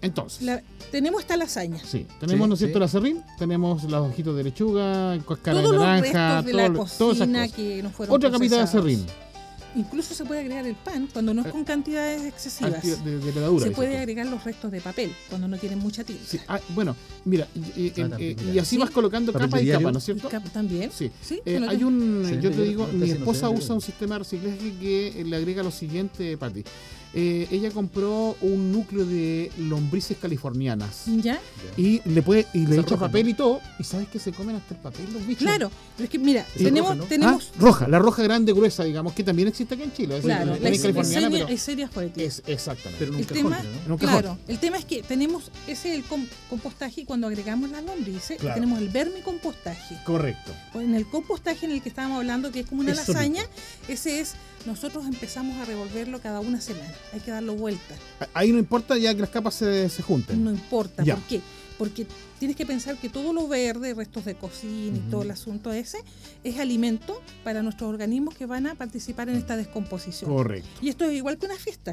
Speaker 3: Entonces,
Speaker 4: La- tenemos esta lasaña.
Speaker 3: sí, tenemos,
Speaker 2: Sí,
Speaker 3: ¿no es cierto?,
Speaker 2: sí.
Speaker 3: la serrín, tenemos las hojitas de lechuga, cáscara de
Speaker 4: todos los
Speaker 3: naranja,
Speaker 4: restos de la
Speaker 3: todo lo- todas esas
Speaker 4: cocina
Speaker 3: cosas.
Speaker 4: que no fueron
Speaker 3: Otra capita de
Speaker 4: procesados.
Speaker 3: acerrín.
Speaker 4: incluso se puede agregar el pan cuando no es con cantidades excesivas.
Speaker 3: Eh, Anti- de, de levadura.
Speaker 4: se
Speaker 3: dices
Speaker 4: puede
Speaker 3: tú.
Speaker 4: agregar los restos de papel cuando no tienen mucha tinta.
Speaker 3: Sí, ah, bueno, mira, y, y-
Speaker 2: Ah, también,
Speaker 3: eh,
Speaker 2: mira.
Speaker 3: y así
Speaker 4: Sí.
Speaker 3: vas colocando
Speaker 2: Papel
Speaker 3: capas
Speaker 2: de
Speaker 3: y
Speaker 2: diario.
Speaker 3: capas, ¿no es cierto?
Speaker 4: Cap- También.
Speaker 3: Sí.
Speaker 4: Sí,
Speaker 3: Eh,
Speaker 4: se lo
Speaker 3: hay
Speaker 4: tengo.
Speaker 3: un,
Speaker 2: Sí,
Speaker 3: yo
Speaker 2: yo
Speaker 3: te digo,
Speaker 2: creo que
Speaker 3: mi
Speaker 2: casi no
Speaker 3: esposa
Speaker 2: se ve,
Speaker 3: usa un sistema de reciclaje que eh, le agrega lo siguiente, Pati. Eh, ella compró un núcleo de lombrices californianas
Speaker 4: ¿Ya?
Speaker 3: y le puede y le
Speaker 2: Esa
Speaker 3: echa
Speaker 2: roja,
Speaker 3: papel y todo y sabes que se comen hasta el papel los bichos.
Speaker 4: Claro, pero es que mira,
Speaker 2: Sí,
Speaker 4: tenemos,
Speaker 2: roja, ¿no?
Speaker 4: tenemos,
Speaker 3: Ah, roja, la roja grande gruesa, digamos, que también existe acá en Chile. Es decir,
Speaker 4: claro,
Speaker 3: la
Speaker 4: la
Speaker 3: tenéis
Speaker 2: esencia-
Speaker 3: californiana, pero
Speaker 4: es seria poética.
Speaker 3: es exactamente.
Speaker 2: Pero en un
Speaker 4: El
Speaker 2: cajón,
Speaker 4: tema-
Speaker 2: ¿no?
Speaker 3: en un cajón.
Speaker 4: Claro, el tema es que tenemos ese el com- compostaje y cuando agregamos las lombrices,
Speaker 3: Claro.
Speaker 4: tenemos el vermicompostaje.
Speaker 3: Correcto.
Speaker 4: En el compostaje en el que estábamos hablando, que es como una
Speaker 2: Eso
Speaker 4: lasaña, ese es, nosotros empezamos a revolverlo cada una semana, hay que darlo vuelta.
Speaker 3: A- Ahí no importa ya que las capas se, se junten.
Speaker 4: No importa,
Speaker 3: Ya.
Speaker 4: ¿por qué? Porque tienes que pensar que todo lo verde, restos de cocina y todo el asunto ese, es alimento para nuestros organismos que van a participar en esta descomposición.
Speaker 3: Correcto.
Speaker 4: Y esto es igual que una fiesta,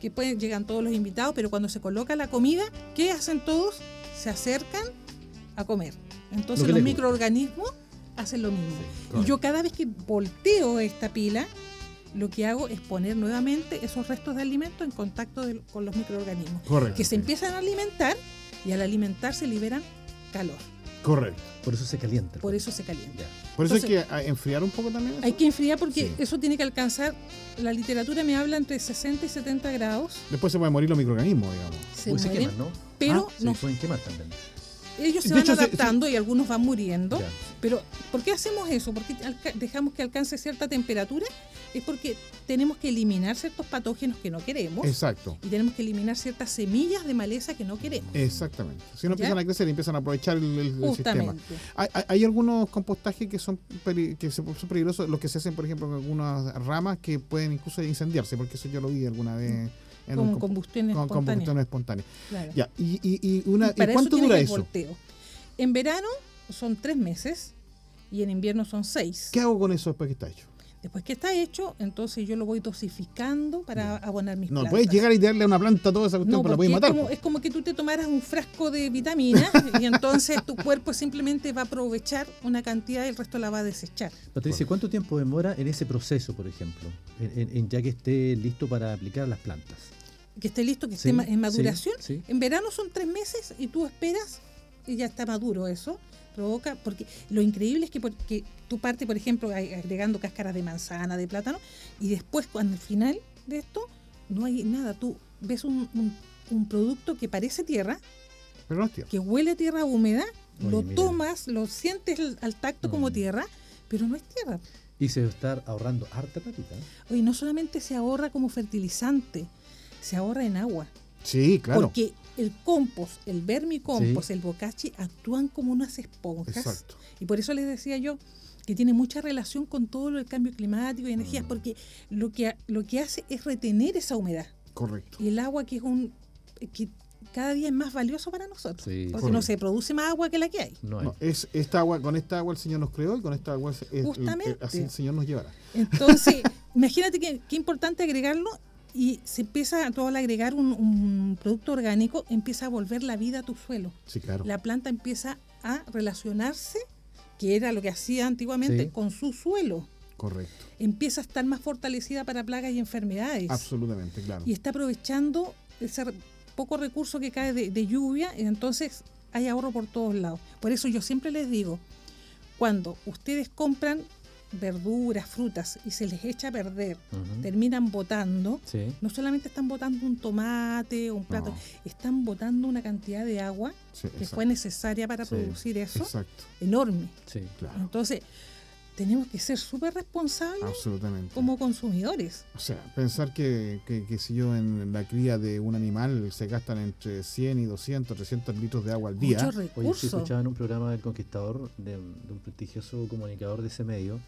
Speaker 4: que pueden, llegan todos los invitados, pero cuando se coloca la comida, ¿qué hacen todos? Se acercan a comer.
Speaker 2: Lo
Speaker 4: Entonces
Speaker 2: que
Speaker 4: los
Speaker 2: les gusta.
Speaker 4: microorganismos hacen lo mismo. y yo cada vez que volteo esta pila, lo que hago es poner nuevamente esos restos de alimento en contacto del- con los microorganismos,
Speaker 3: Correcto.
Speaker 4: que se empiezan a alimentar y al alimentarse liberan calor.
Speaker 3: Correcto.
Speaker 2: Por eso se calienta.
Speaker 4: Por eso se calienta.
Speaker 2: Ya.
Speaker 3: Por eso hay
Speaker 4: Entonces-
Speaker 3: que ah, enfriar un poco también. eso.
Speaker 4: Hay que enfriar porque
Speaker 3: Sí.
Speaker 4: eso tiene que alcanzar, la literatura me habla entre 60 y 70 grados.
Speaker 3: Después se pueden morir los microorganismos, digamos.
Speaker 4: se
Speaker 2: Uy, se
Speaker 4: mueren,
Speaker 2: queman, ¿no?
Speaker 4: pero
Speaker 2: Ah,
Speaker 4: no-
Speaker 2: se pueden quemar también.
Speaker 4: ellos se
Speaker 3: De
Speaker 4: van
Speaker 3: hecho, se-
Speaker 4: adaptando y algunos van muriendo.
Speaker 2: Ya.
Speaker 4: Pero ¿por qué hacemos eso? ¿Por qué alca- dejamos que alcance cierta temperatura? Es porque tenemos que eliminar ciertos patógenos que no queremos
Speaker 3: Exacto.
Speaker 4: y tenemos que eliminar ciertas semillas de maleza que no queremos.
Speaker 3: Exactamente. Si no
Speaker 4: ¿Ya?
Speaker 3: empiezan a crecer y empiezan a aprovechar el, el- el sistema.
Speaker 4: Justamente.
Speaker 3: Hay, hay- hay algunos compostajes que son peri- que se- son peligrosos, los que se hacen, por ejemplo, con algunas ramas que pueden incluso incendiarse, porque eso yo lo vi alguna vez en
Speaker 4: Como
Speaker 3: un comp-
Speaker 4: combustión
Speaker 3: con- con
Speaker 4: espontánea.
Speaker 3: combustión espontánea.
Speaker 4: Claro.
Speaker 3: Ya, y, y- y una,
Speaker 4: Y para
Speaker 3: ¿y cuánto
Speaker 4: tiene
Speaker 3: dura
Speaker 4: que
Speaker 3: eso?
Speaker 4: volteo. En verano son tres meses y en invierno son seis.
Speaker 3: ¿Qué hago con eso después que está hecho?
Speaker 4: Después que está hecho, entonces yo lo voy dosificando para abonar mis
Speaker 3: No,
Speaker 4: plantas.
Speaker 3: puedes llegar y darle a una planta toda esa cuestión,
Speaker 4: No,
Speaker 3: pero la
Speaker 4: porque
Speaker 3: puedes matar.
Speaker 4: Es como,
Speaker 3: pues.
Speaker 4: es como que tú te tomaras un frasco de vitaminas y entonces tu cuerpo simplemente va a aprovechar una cantidad y el resto la va a desechar.
Speaker 2: Patricia, ¿cuánto tiempo demora en ese proceso, por ejemplo? En, en- en ya que esté listo para aplicar las plantas.
Speaker 4: Que esté listo, que
Speaker 2: Sí,
Speaker 4: esté ma-
Speaker 2: sí,
Speaker 4: en maduración.
Speaker 2: sí.
Speaker 4: En verano son tres meses y tú esperas y ya está maduro eso. Provoca, porque lo increíble es que porque tú partes, por ejemplo, a- agregando cáscaras de manzana, de plátano, y después, cuando al final de esto, no hay nada. Tú ves un, un- un producto que parece tierra,
Speaker 3: Pero no es tierra.
Speaker 4: que huele a tierra húmeda,
Speaker 2: Oye,
Speaker 4: lo
Speaker 2: mira.
Speaker 4: tomas, lo sientes al, al tacto como
Speaker 2: Mm.
Speaker 4: tierra, pero no es tierra.
Speaker 2: Y se va a estar ahorrando harta platita. ¿eh?
Speaker 4: Oye, no solamente se ahorra como fertilizante, se ahorra en agua.
Speaker 3: Sí, claro.
Speaker 4: Porque el compost, el vermicompost, el bocachi actúan como unas esponjas.
Speaker 3: Exacto.
Speaker 4: Y por eso les decía yo que tiene mucha relación con todo lo del cambio climático y
Speaker 3: Mm.
Speaker 4: energías, porque lo que, lo que hace es retener esa humedad.
Speaker 3: Correcto.
Speaker 4: Y el agua que es un... que cada día es más valioso para nosotros.
Speaker 2: Sí,
Speaker 4: porque
Speaker 3: correcto.
Speaker 4: no se produce más agua que la que hay.
Speaker 2: No hay.
Speaker 3: No, es esta agua, con esta agua el Señor nos creó y con esta agua es- es- el-
Speaker 4: Justamente.
Speaker 3: así el Señor nos llevará.
Speaker 4: Entonces, imagínate que- qué importante agregarlo y se empieza todo al agregar un, un producto orgánico, empieza a volver la vida a tu suelo.
Speaker 3: Sí, claro.
Speaker 4: La planta empieza a relacionarse, que era lo que hacía antiguamente,
Speaker 2: Sí.
Speaker 4: con su suelo.
Speaker 3: Correcto.
Speaker 4: Empieza a estar más fortalecida para plagas y enfermedades.
Speaker 3: Absolutamente, claro.
Speaker 4: Y este está aprovechando ese re- poco recurso que cae de, de lluvia, y entonces hay ahorro por todos lados. Por eso yo siempre les digo, cuando ustedes compran verduras, frutas y se les echa a perder,
Speaker 2: Ujú.
Speaker 3: Mm.
Speaker 4: terminan botando,
Speaker 2: Sí.
Speaker 4: no solamente están botando un tomate o un plato,
Speaker 3: No.
Speaker 4: están botando una cantidad de agua
Speaker 3: Sí,
Speaker 4: que
Speaker 3: exacto.
Speaker 4: fue necesaria para
Speaker 2: Sí,
Speaker 4: producir eso,
Speaker 3: Exacto,
Speaker 4: enorme.
Speaker 2: Sí.
Speaker 3: claro.
Speaker 4: Entonces, tenemos que ser súper responsables
Speaker 3: Absolutamente.
Speaker 4: como consumidores.
Speaker 3: O sea, pensar que, que, que si yo en la cría de un animal se gastan entre 100 y 200, 300 litros de agua al día.
Speaker 4: Muchos
Speaker 2: Oye, sí
Speaker 4: recursos.
Speaker 2: escuchaba en un programa del Conquistador, de, un- de un prestigioso comunicador de ese medio,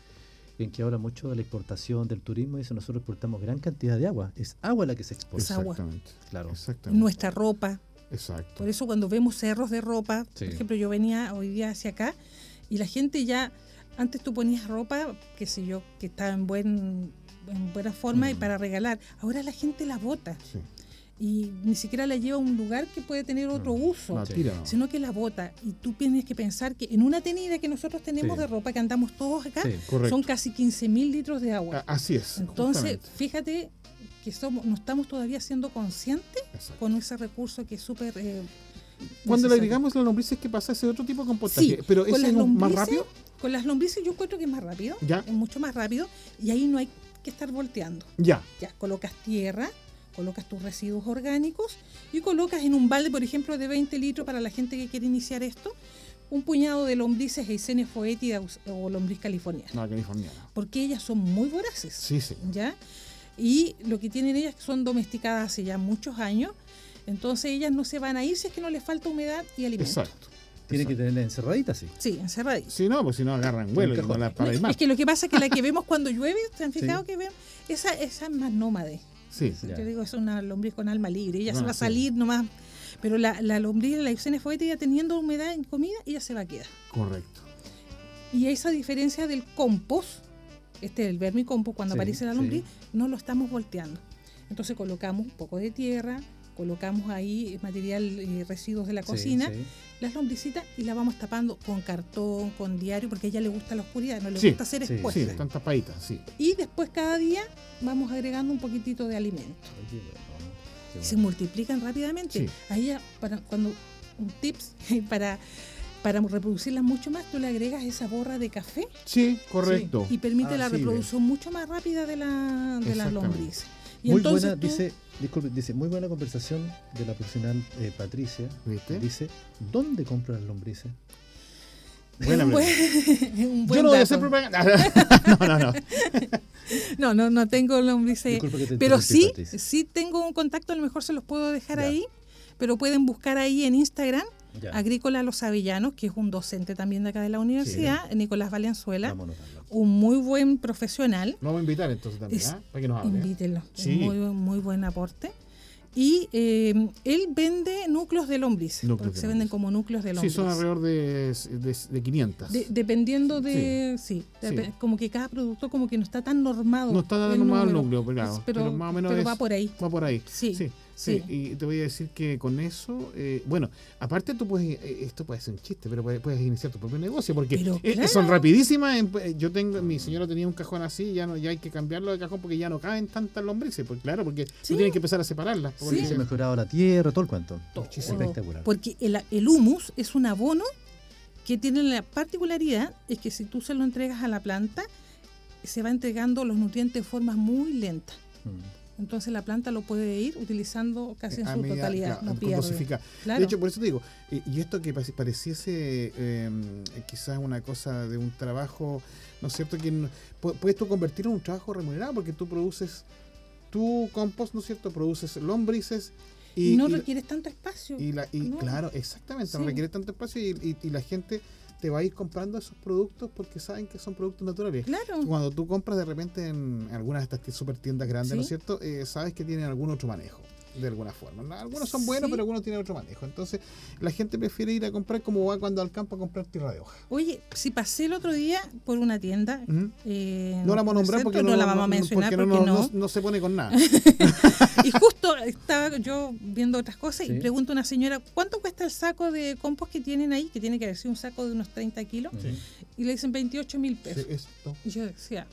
Speaker 2: en que habla mucho de la exportación del turismo y dice, nosotros exportamos gran cantidad de agua. Es agua la que se exporta.
Speaker 4: Es agua.
Speaker 3: Exactamente.
Speaker 2: Claro.
Speaker 3: Exactamente.
Speaker 4: nuestra ropa.
Speaker 3: Exacto.
Speaker 4: Por eso cuando vemos cerros de ropa,
Speaker 2: Sí.
Speaker 4: por ejemplo, yo venía hoy día hacia acá y la gente ya, antes tú ponías ropa, qué sé yo, que estaba en, buen, en buena forma y
Speaker 2: Mm.
Speaker 4: para regalar. Ahora la gente la bota.
Speaker 3: Sí.
Speaker 4: y ni siquiera la lleva a un lugar que puede tener otro uso,
Speaker 2: No, tira, no.
Speaker 4: sino que la bota. Y tú tienes que pensar que en una tenida que nosotros tenemos
Speaker 2: Sí.
Speaker 4: de ropa que andamos todos acá,
Speaker 2: Sí,
Speaker 3: correcto.
Speaker 4: son casi 15 mil litros de agua.
Speaker 3: A- Así es.
Speaker 4: Entonces,
Speaker 3: justamente.
Speaker 4: fíjate que somos, no estamos todavía siendo conscientes
Speaker 3: Exacto.
Speaker 4: con ese recurso que es súper... eh,
Speaker 3: Cuando le
Speaker 4: necesario.
Speaker 3: agregamos las lombrices, ¿qué pasa? Ese otro tipo de compostaje.
Speaker 4: Sí,
Speaker 3: Pero
Speaker 4: con
Speaker 3: ese
Speaker 4: las
Speaker 3: es un- más
Speaker 4: lombrices-
Speaker 3: rápido.
Speaker 4: Con las lombrices yo encuentro que es más rápido,
Speaker 3: Ya.
Speaker 4: es mucho más rápido, y ahí no hay que estar volteando.
Speaker 3: Ya.
Speaker 4: Ya, colocas tierra, colocas tus residuos orgánicos y colocas en un balde, por ejemplo, de 20 litros para la gente que quiere iniciar esto, un puñado de lombrices e Eisenia foetida o lombriz californiana,
Speaker 3: No, californiana.
Speaker 4: porque ellas son muy voraces.
Speaker 3: Sí, sí.
Speaker 4: ¿ya? Y lo que tienen ellas que son domesticadas hace ya muchos años, entonces ellas no se van a ir si es que no les falta humedad y alimento.
Speaker 3: Exacto.
Speaker 2: Tiene que tenerla encerradita, sí.
Speaker 4: Sí, encerraditas.
Speaker 3: Si no, pues si no agarran vuelo y no la para el mar.
Speaker 4: Es que lo que pasa es que la que vemos cuando llueve, ¿se han fijado
Speaker 2: Sí.
Speaker 4: que ven? Esa, esa es más nómade.
Speaker 3: Sí.
Speaker 2: Ya.
Speaker 4: Yo digo, es una lombriz con alma libre, ella se
Speaker 3: Ah,
Speaker 4: va a
Speaker 3: sí.
Speaker 4: salir nomás. Pero la, la lombriz, la Ixenia ya teniendo humedad en comida, ella se va a quedar.
Speaker 3: Correcto.
Speaker 4: Y esa diferencia del compost, este el vermicompost, cuando
Speaker 2: Sí,
Speaker 4: aparece la
Speaker 2: sí.
Speaker 4: lombriz, no lo estamos volteando. Entonces colocamos un poco de tierra, colocamos ahí material, eh, residuos de la
Speaker 2: Sí,
Speaker 4: cocina,
Speaker 2: sí.
Speaker 4: las lombricitas y las vamos tapando con cartón, con diario, porque a ella le gusta la oscuridad, no le
Speaker 3: Sí,
Speaker 4: gusta ser
Speaker 2: sí,
Speaker 4: expuesta.
Speaker 3: Sí,
Speaker 2: sí.
Speaker 3: están tapaditas, sí.
Speaker 4: Y después cada día vamos agregando un poquitito de alimento.
Speaker 2: Oye, bueno, qué
Speaker 4: Y se
Speaker 2: bueno.
Speaker 4: multiplican rápidamente.
Speaker 3: Sí.
Speaker 4: A ella, para, cuando un tips para, para reproducirlas mucho más, tú le agregas esa borra de café
Speaker 3: Sí, correcto.
Speaker 4: y permite
Speaker 2: Ah,
Speaker 4: la
Speaker 2: sí,
Speaker 4: reproducción mucho más rápida de la, de las
Speaker 3: Exactamente.
Speaker 4: lombrices. Y
Speaker 2: Muy
Speaker 4: entonces
Speaker 2: buena,
Speaker 4: tú-
Speaker 2: dice, disculpe, dice, muy buena conversación de la profesional eh, Patricia.
Speaker 3: ¿Viste?
Speaker 2: Dice, ¿dónde compran las lombrices?
Speaker 3: Buena
Speaker 4: un buen-
Speaker 3: pregunta.
Speaker 4: un
Speaker 3: Yo
Speaker 4: buen
Speaker 3: no voy a
Speaker 4: dato.
Speaker 3: hacer propaganda. No, no, no.
Speaker 4: No, no, no tengo lombrices.
Speaker 2: Disculpa que te
Speaker 4: Pero
Speaker 2: interrumpí,
Speaker 4: sí,
Speaker 2: Patricia.
Speaker 4: sí tengo un contacto, a lo mejor se los puedo dejar
Speaker 2: Ya.
Speaker 4: ahí, pero pueden buscar ahí en Instagram,
Speaker 2: Ya,
Speaker 4: Agrícola Los Avellanos, que es un docente también de acá de la universidad, Nicolás Valenzuela,
Speaker 2: vámonos, vámonos.
Speaker 4: un muy buen profesional.
Speaker 3: Lo vamos a invitar entonces también,
Speaker 4: Es-
Speaker 3: ¿ah? Para que nos hable. ¿eh?
Speaker 4: Invítenlo. Es
Speaker 3: Sí.
Speaker 4: Muy, buen- muy buen aporte. Y eh, él vende núcleos de lombriz.
Speaker 3: Núcleos
Speaker 4: porque
Speaker 3: de
Speaker 4: se venden
Speaker 3: lombriz.
Speaker 4: como núcleos de
Speaker 3: Sí,
Speaker 4: lombriz.
Speaker 3: son alrededor de, de, de 500.
Speaker 4: De- dependiendo de. Sí,
Speaker 3: Sí.
Speaker 4: depe- como que cada producto como que no está tan normado.
Speaker 3: no está
Speaker 4: Oh, el
Speaker 3: tan nombrado el
Speaker 4: número.
Speaker 3: núcleo, pero, claro,
Speaker 4: Es- pero,
Speaker 3: más o menos
Speaker 4: pero
Speaker 3: es-
Speaker 4: va por ahí.
Speaker 3: va por ahí.
Speaker 4: Sí,
Speaker 3: sí,
Speaker 4: sí.
Speaker 3: sí. Y te voy a decir que con eso, eh, bueno, aparte tú puedes, eh, esto puede ser un chiste, pero puedes, puedes iniciar tu propio negocio porque
Speaker 4: Pero
Speaker 3: eh,
Speaker 4: claro.
Speaker 3: son rapidísimas. en- eh, Yo tengo, mi señora tenía un cajón así, ya no, ya hay que cambiarlo de cajón porque ya no caben tantas lombrices, pues claro, porque
Speaker 4: Sí.
Speaker 3: tú tienes que empezar a separarlas. porque
Speaker 2: Se
Speaker 3: se-
Speaker 2: ha mejorado la tierra, todo el cuento.
Speaker 4: Todo.
Speaker 2: Espectacular.
Speaker 4: Porque el, el humus es un abono que tiene la particularidad es que si tú se lo entregas a la planta, se va entregando los nutrientes de forma muy lenta.
Speaker 2: Mm.
Speaker 4: Entonces la planta lo puede ir utilizando casi en
Speaker 3: a
Speaker 4: su
Speaker 3: medida,
Speaker 4: totalidad.
Speaker 3: "Ah, claro,
Speaker 4: no
Speaker 3: con
Speaker 4: pierde.
Speaker 3: dosificar.
Speaker 4: Claro.
Speaker 3: De hecho, por eso te digo, eh, y esto que pare- pareciese eh, quizás una cosa de un trabajo, ¿no es cierto? Que no- pu- puedes tú convertirlo en un trabajo remunerado porque tú produces tu compost, ¿no es cierto? Produces lombrices y,
Speaker 4: y no
Speaker 3: y-
Speaker 4: requieres tanto espacio.
Speaker 3: y la- y,
Speaker 4: no.
Speaker 3: claro, exactamente,
Speaker 4: Sí.
Speaker 3: no requiere tanto espacio y, y- y la gente te va a ir comprando esos productos porque saben que son productos naturales.
Speaker 4: claro.
Speaker 3: Cuando tú compras de repente en algunas de estas ti- super tiendas grandes, ¿no es
Speaker 4: Sí.
Speaker 3: cierto? Eh, sabes que tienen algún otro manejo, de alguna forma. ¿no? Algunos son buenos,
Speaker 4: Sí.
Speaker 3: pero algunos tienen otro manejo. Entonces, la gente prefiere ir a comprar como va cuando al campo a comprar tierra de hoja.
Speaker 4: Oye, si pasé el otro día por una tienda.
Speaker 3: Ujú.
Speaker 4: eh,
Speaker 3: No la vamos a nombrar
Speaker 4: centro,
Speaker 3: porque
Speaker 4: no,
Speaker 3: no,
Speaker 4: la vamos a
Speaker 3: no-
Speaker 4: mencionar
Speaker 3: porque
Speaker 4: porque,
Speaker 3: no,
Speaker 4: no,
Speaker 3: no- no- no se pone con nada.
Speaker 4: Y justo estaba yo viendo otras cosas
Speaker 2: Sí.
Speaker 4: y pregunto a una señora, ¿cuánto cuesta el saco de compost que tienen ahí? Que tiene que haber sido un saco de unos 30 kilos.
Speaker 2: Sí.
Speaker 4: Y le dicen 28 mil pesos.
Speaker 3: Sí, esto.
Speaker 4: Y yo decía,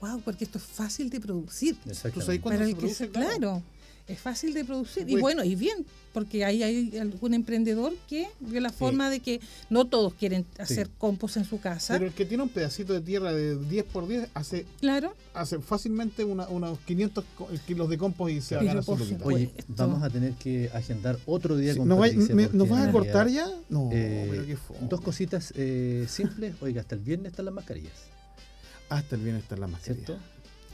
Speaker 4: wow, porque esto es fácil de producir.
Speaker 2: Exactamente.
Speaker 3: ¿Tú sabes cuánto
Speaker 4: Para
Speaker 3: se
Speaker 4: el que se-
Speaker 3: produce?
Speaker 4: claro. es fácil de producir. Y
Speaker 3: Pues-
Speaker 4: bueno, y bien, porque ahí hay algún emprendedor que vio la forma de que no todos quieren hacer compost en su casa.
Speaker 3: Pero el que tiene un pedacito de tierra de 10 por 10 hace,
Speaker 4: claro,
Speaker 3: hace fácilmente una- unos 500 co- eh, kilos de compost y se
Speaker 4: Pero
Speaker 3: gana su
Speaker 4: por
Speaker 3: luquita.
Speaker 4: supuesto.
Speaker 2: Oye,
Speaker 4: Pues,
Speaker 2: vamos a tener que agendar otro día
Speaker 3: Sí,
Speaker 2: con
Speaker 3: ¿nos, va-
Speaker 2: Patricia,
Speaker 3: me-
Speaker 2: porque
Speaker 3: ¿Nos vas
Speaker 2: en
Speaker 3: a
Speaker 2: realidad,
Speaker 3: cortar ya? No,
Speaker 2: eh,
Speaker 3: pero qué fome.
Speaker 2: Dos cositas eh, simples. Oiga, hasta el viernes están las mascarillas,
Speaker 3: Hasta el bienestar la mascarilla.
Speaker 2: ¿cierto?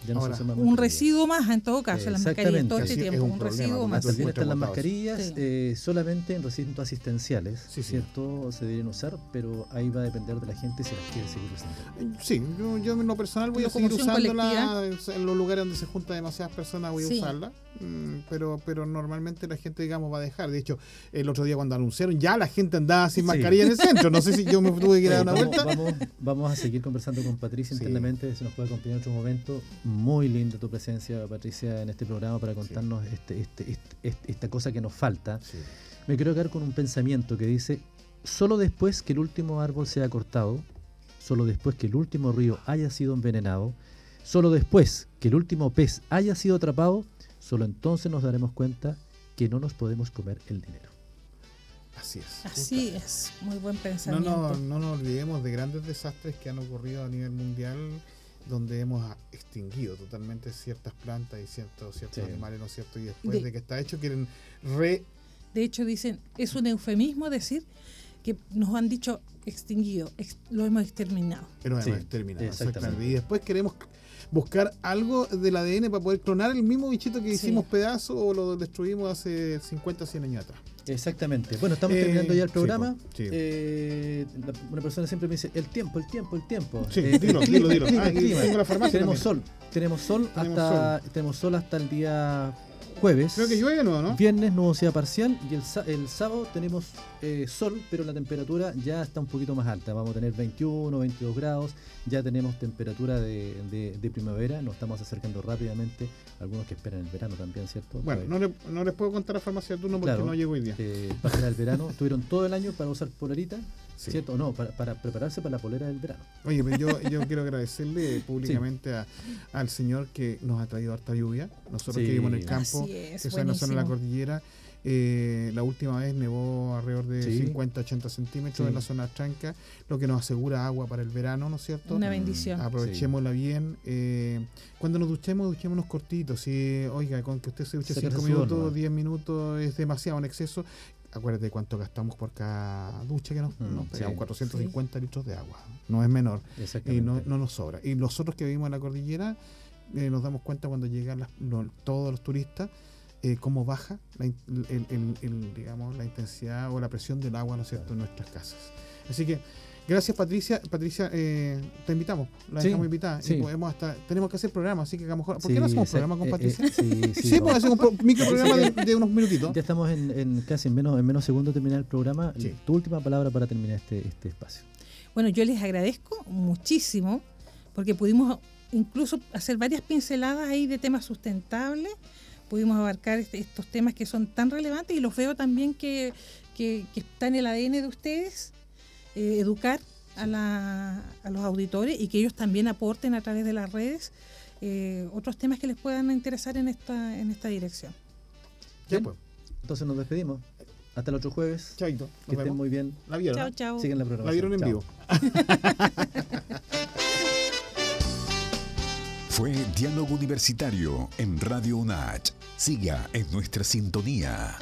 Speaker 2: Ya no se
Speaker 3: Ahora,
Speaker 2: usan más
Speaker 4: un
Speaker 2: mascarillas.
Speaker 4: residuo más en todo caso, las mascarillas todo
Speaker 2: Exactamente.
Speaker 4: este
Speaker 3: Sí, es
Speaker 4: tiempo,
Speaker 3: un
Speaker 4: un,
Speaker 3: problema,
Speaker 4: residuo
Speaker 3: porque
Speaker 4: más.
Speaker 2: Hasta el viernes
Speaker 3: Encuentro
Speaker 2: están las
Speaker 3: botados.
Speaker 2: mascarillas
Speaker 4: Sí.
Speaker 2: eh, solamente en recintos asistenciales,
Speaker 3: Sí, señor.
Speaker 2: ¿cierto? Se deberían usar, pero ahí va a depender de la gente si las quiere seguir usando.
Speaker 3: Sí, yo, yo en lo personal voy a seguir
Speaker 4: Locomoción
Speaker 3: usándola en los lugares donde se juntan demasiadas personas voy a
Speaker 4: Sí.
Speaker 3: usarla, Mm, pero pero normalmente la gente digamos va a dejar. De hecho, el otro día cuando anunciaron ya la gente andaba sin
Speaker 2: Sí.
Speaker 3: mascarilla en el centro. No sé si yo me tuve
Speaker 2: Oye,
Speaker 3: que dar una
Speaker 2: vamos,
Speaker 3: vuelta.
Speaker 2: vamos, vamos a seguir conversando con Patricia
Speaker 3: Sí.
Speaker 2: internamente, se nos puede acompañar en otro momento. muy linda tu presencia, Patricia, en este programa para contarnos este, este- este- este- esta cosa que nos falta.
Speaker 3: Sí.
Speaker 2: Me quiero quedar con un pensamiento que dice, solo después que el último árbol sea cortado, solo después que el último río haya sido envenenado, solo después que el último pez haya sido atrapado, solo entonces nos daremos cuenta que no nos podemos comer el dinero.
Speaker 3: Así es.
Speaker 4: Así es, muy buen
Speaker 3: No,
Speaker 4: pensamiento.
Speaker 3: no, no nos olvidemos de grandes desastres que han ocurrido a nivel mundial donde hemos a- extinguido totalmente ciertas plantas y ciertos, ciertos
Speaker 2: Sí.
Speaker 3: animales, ¿no es cierto? Y después de,
Speaker 4: De-
Speaker 3: que está hecho quieren re...
Speaker 4: De hecho, dicen, es un eufemismo decir que nos han dicho extinguido, ex- lo hemos exterminado.
Speaker 3: Pero
Speaker 2: Sí,
Speaker 3: además terminado,
Speaker 2: exactamente.
Speaker 3: exactamente. Y después queremos c- buscar algo del ADN para poder clonar el mismo bichito que
Speaker 4: Sí.
Speaker 3: hicimos pedazo o lo destruimos hace 50, 100 años atrás.
Speaker 2: Exactamente. Bueno, estamos
Speaker 3: Eh,
Speaker 2: terminando ya el
Speaker 3: sí,
Speaker 2: programa.
Speaker 3: po, sí.
Speaker 2: Eh, la- una persona siempre me dice, el tiempo, el tiempo, el tiempo.
Speaker 3: Sí,
Speaker 2: Eh,
Speaker 3: dilo,
Speaker 2: el
Speaker 3: dilo,
Speaker 2: clima,
Speaker 3: dilo.
Speaker 2: el clima,
Speaker 3: Ah,
Speaker 2: el
Speaker 3: y
Speaker 2: clima.
Speaker 3: tengo la farmacia
Speaker 2: Tenemos
Speaker 3: también.
Speaker 2: sol, tenemos sol
Speaker 3: Tenemos
Speaker 2: hasta tenemos sol hasta el día jueves.
Speaker 3: Creo que llueve de nuevo, ¿no?
Speaker 2: Viernes nubosidad parcial y el, sa- el sábado tenemos eh, sol, pero la temperatura ya está un poquito más alta. Vamos a tener 21, 22 grados. Ya tenemos temperatura de, de- de primavera. Nos estamos acercando rápidamente. Algunos que esperan el verano también, ¿cierto?
Speaker 3: Bueno,
Speaker 2: Pues,
Speaker 3: no, le- no les puedo contar a farmacia de turno porque
Speaker 2: Claro.
Speaker 3: no llegó hoy día.
Speaker 2: eh, para esperar el verano. Tuvieron todo el año para usar polerita,
Speaker 3: Sí.
Speaker 2: ¿cierto? No, para, para prepararse para la polera del verano.
Speaker 3: Oye, pero yo, yo quiero agradecerle públicamente a- al Señor que nos ha traído harta lluvia. Nosotros
Speaker 2: Sí.
Speaker 3: que vivimos en el campo,
Speaker 4: Así es,
Speaker 3: que está en la zona de la
Speaker 4: buenísimo.
Speaker 3: cordillera, eh, la última vez nevó alrededor de
Speaker 2: Sí.
Speaker 3: 50, 80 centímetros
Speaker 2: Sí.
Speaker 3: en la zona tranca, lo que nos asegura agua para el verano, ¿no es cierto?
Speaker 4: Una
Speaker 3: Mm,
Speaker 4: bendición.
Speaker 3: Aprovechémosla bien. eh, cuando nos duchemos, duchémonos cortitos. Si, oiga, con que usted se duche
Speaker 2: Se
Speaker 3: 5
Speaker 2: pierde sudor
Speaker 3: minutos,
Speaker 2: nomás.
Speaker 3: 10 minutos es demasiado en exceso. Acuérdate cuánto gastamos por cada ducha que nos,
Speaker 2: Mm,
Speaker 3: nos
Speaker 2: sí.
Speaker 3: pegamos, 450 litros de agua. No es menor. Y
Speaker 2: Exactamente.
Speaker 3: no, no nos sobra. Y nosotros que vivimos en la cordillera, eh, nos damos cuenta cuando llegan las- lo- todos los turistas, eh, cómo baja la, in- el- el- el, digamos, la intensidad o la presión del agua, ¿no es cierto?, en nuestras casas. Así que, gracias Patricia. Patricia, eh, te invitamos, la
Speaker 2: Sí,
Speaker 3: dejamos invitada.
Speaker 2: sí.
Speaker 3: Y podemos hasta, tenemos que hacer programas, así que a lo mejor. ¿Por
Speaker 2: Sí,
Speaker 3: qué no hacemos un
Speaker 2: exact-
Speaker 3: programa con
Speaker 2: eh, eh,
Speaker 3: Patricia?
Speaker 2: sí, sí,
Speaker 3: sí,
Speaker 2: vamos.
Speaker 3: podemos hacer un pro- microprograma de, de unos minutitos.
Speaker 2: Ya estamos en, en casi en menos, en menos segundos de terminar el programa.
Speaker 3: Sí.
Speaker 2: Tu última palabra para terminar este, este espacio.
Speaker 4: Bueno, yo les agradezco muchísimo porque pudimos incluso hacer varias pinceladas ahí de temas sustentables, pudimos abarcar este- estos temas que son tan relevantes y los veo también que, que- que está en el ADN de ustedes, eh, educar a, la- a los auditores y que ellos también aporten a través de las redes eh, otros temas que les puedan interesar en esta, en esta dirección.
Speaker 3: Ya, pues.
Speaker 2: Entonces nos despedimos. Hasta el otro jueves.
Speaker 3: Chaito.
Speaker 2: que
Speaker 3: Nos
Speaker 2: estén
Speaker 3: vemos.
Speaker 2: muy bien.
Speaker 3: La vieron.
Speaker 4: Chao,
Speaker 3: ¿eh?
Speaker 4: chao.
Speaker 2: Sigan la
Speaker 3: La
Speaker 2: programación.
Speaker 3: vieron en
Speaker 2: Chao.
Speaker 3: vivo.
Speaker 1: Fue Diálogo Universitario en Radio UNACH. Siga en nuestra sintonía.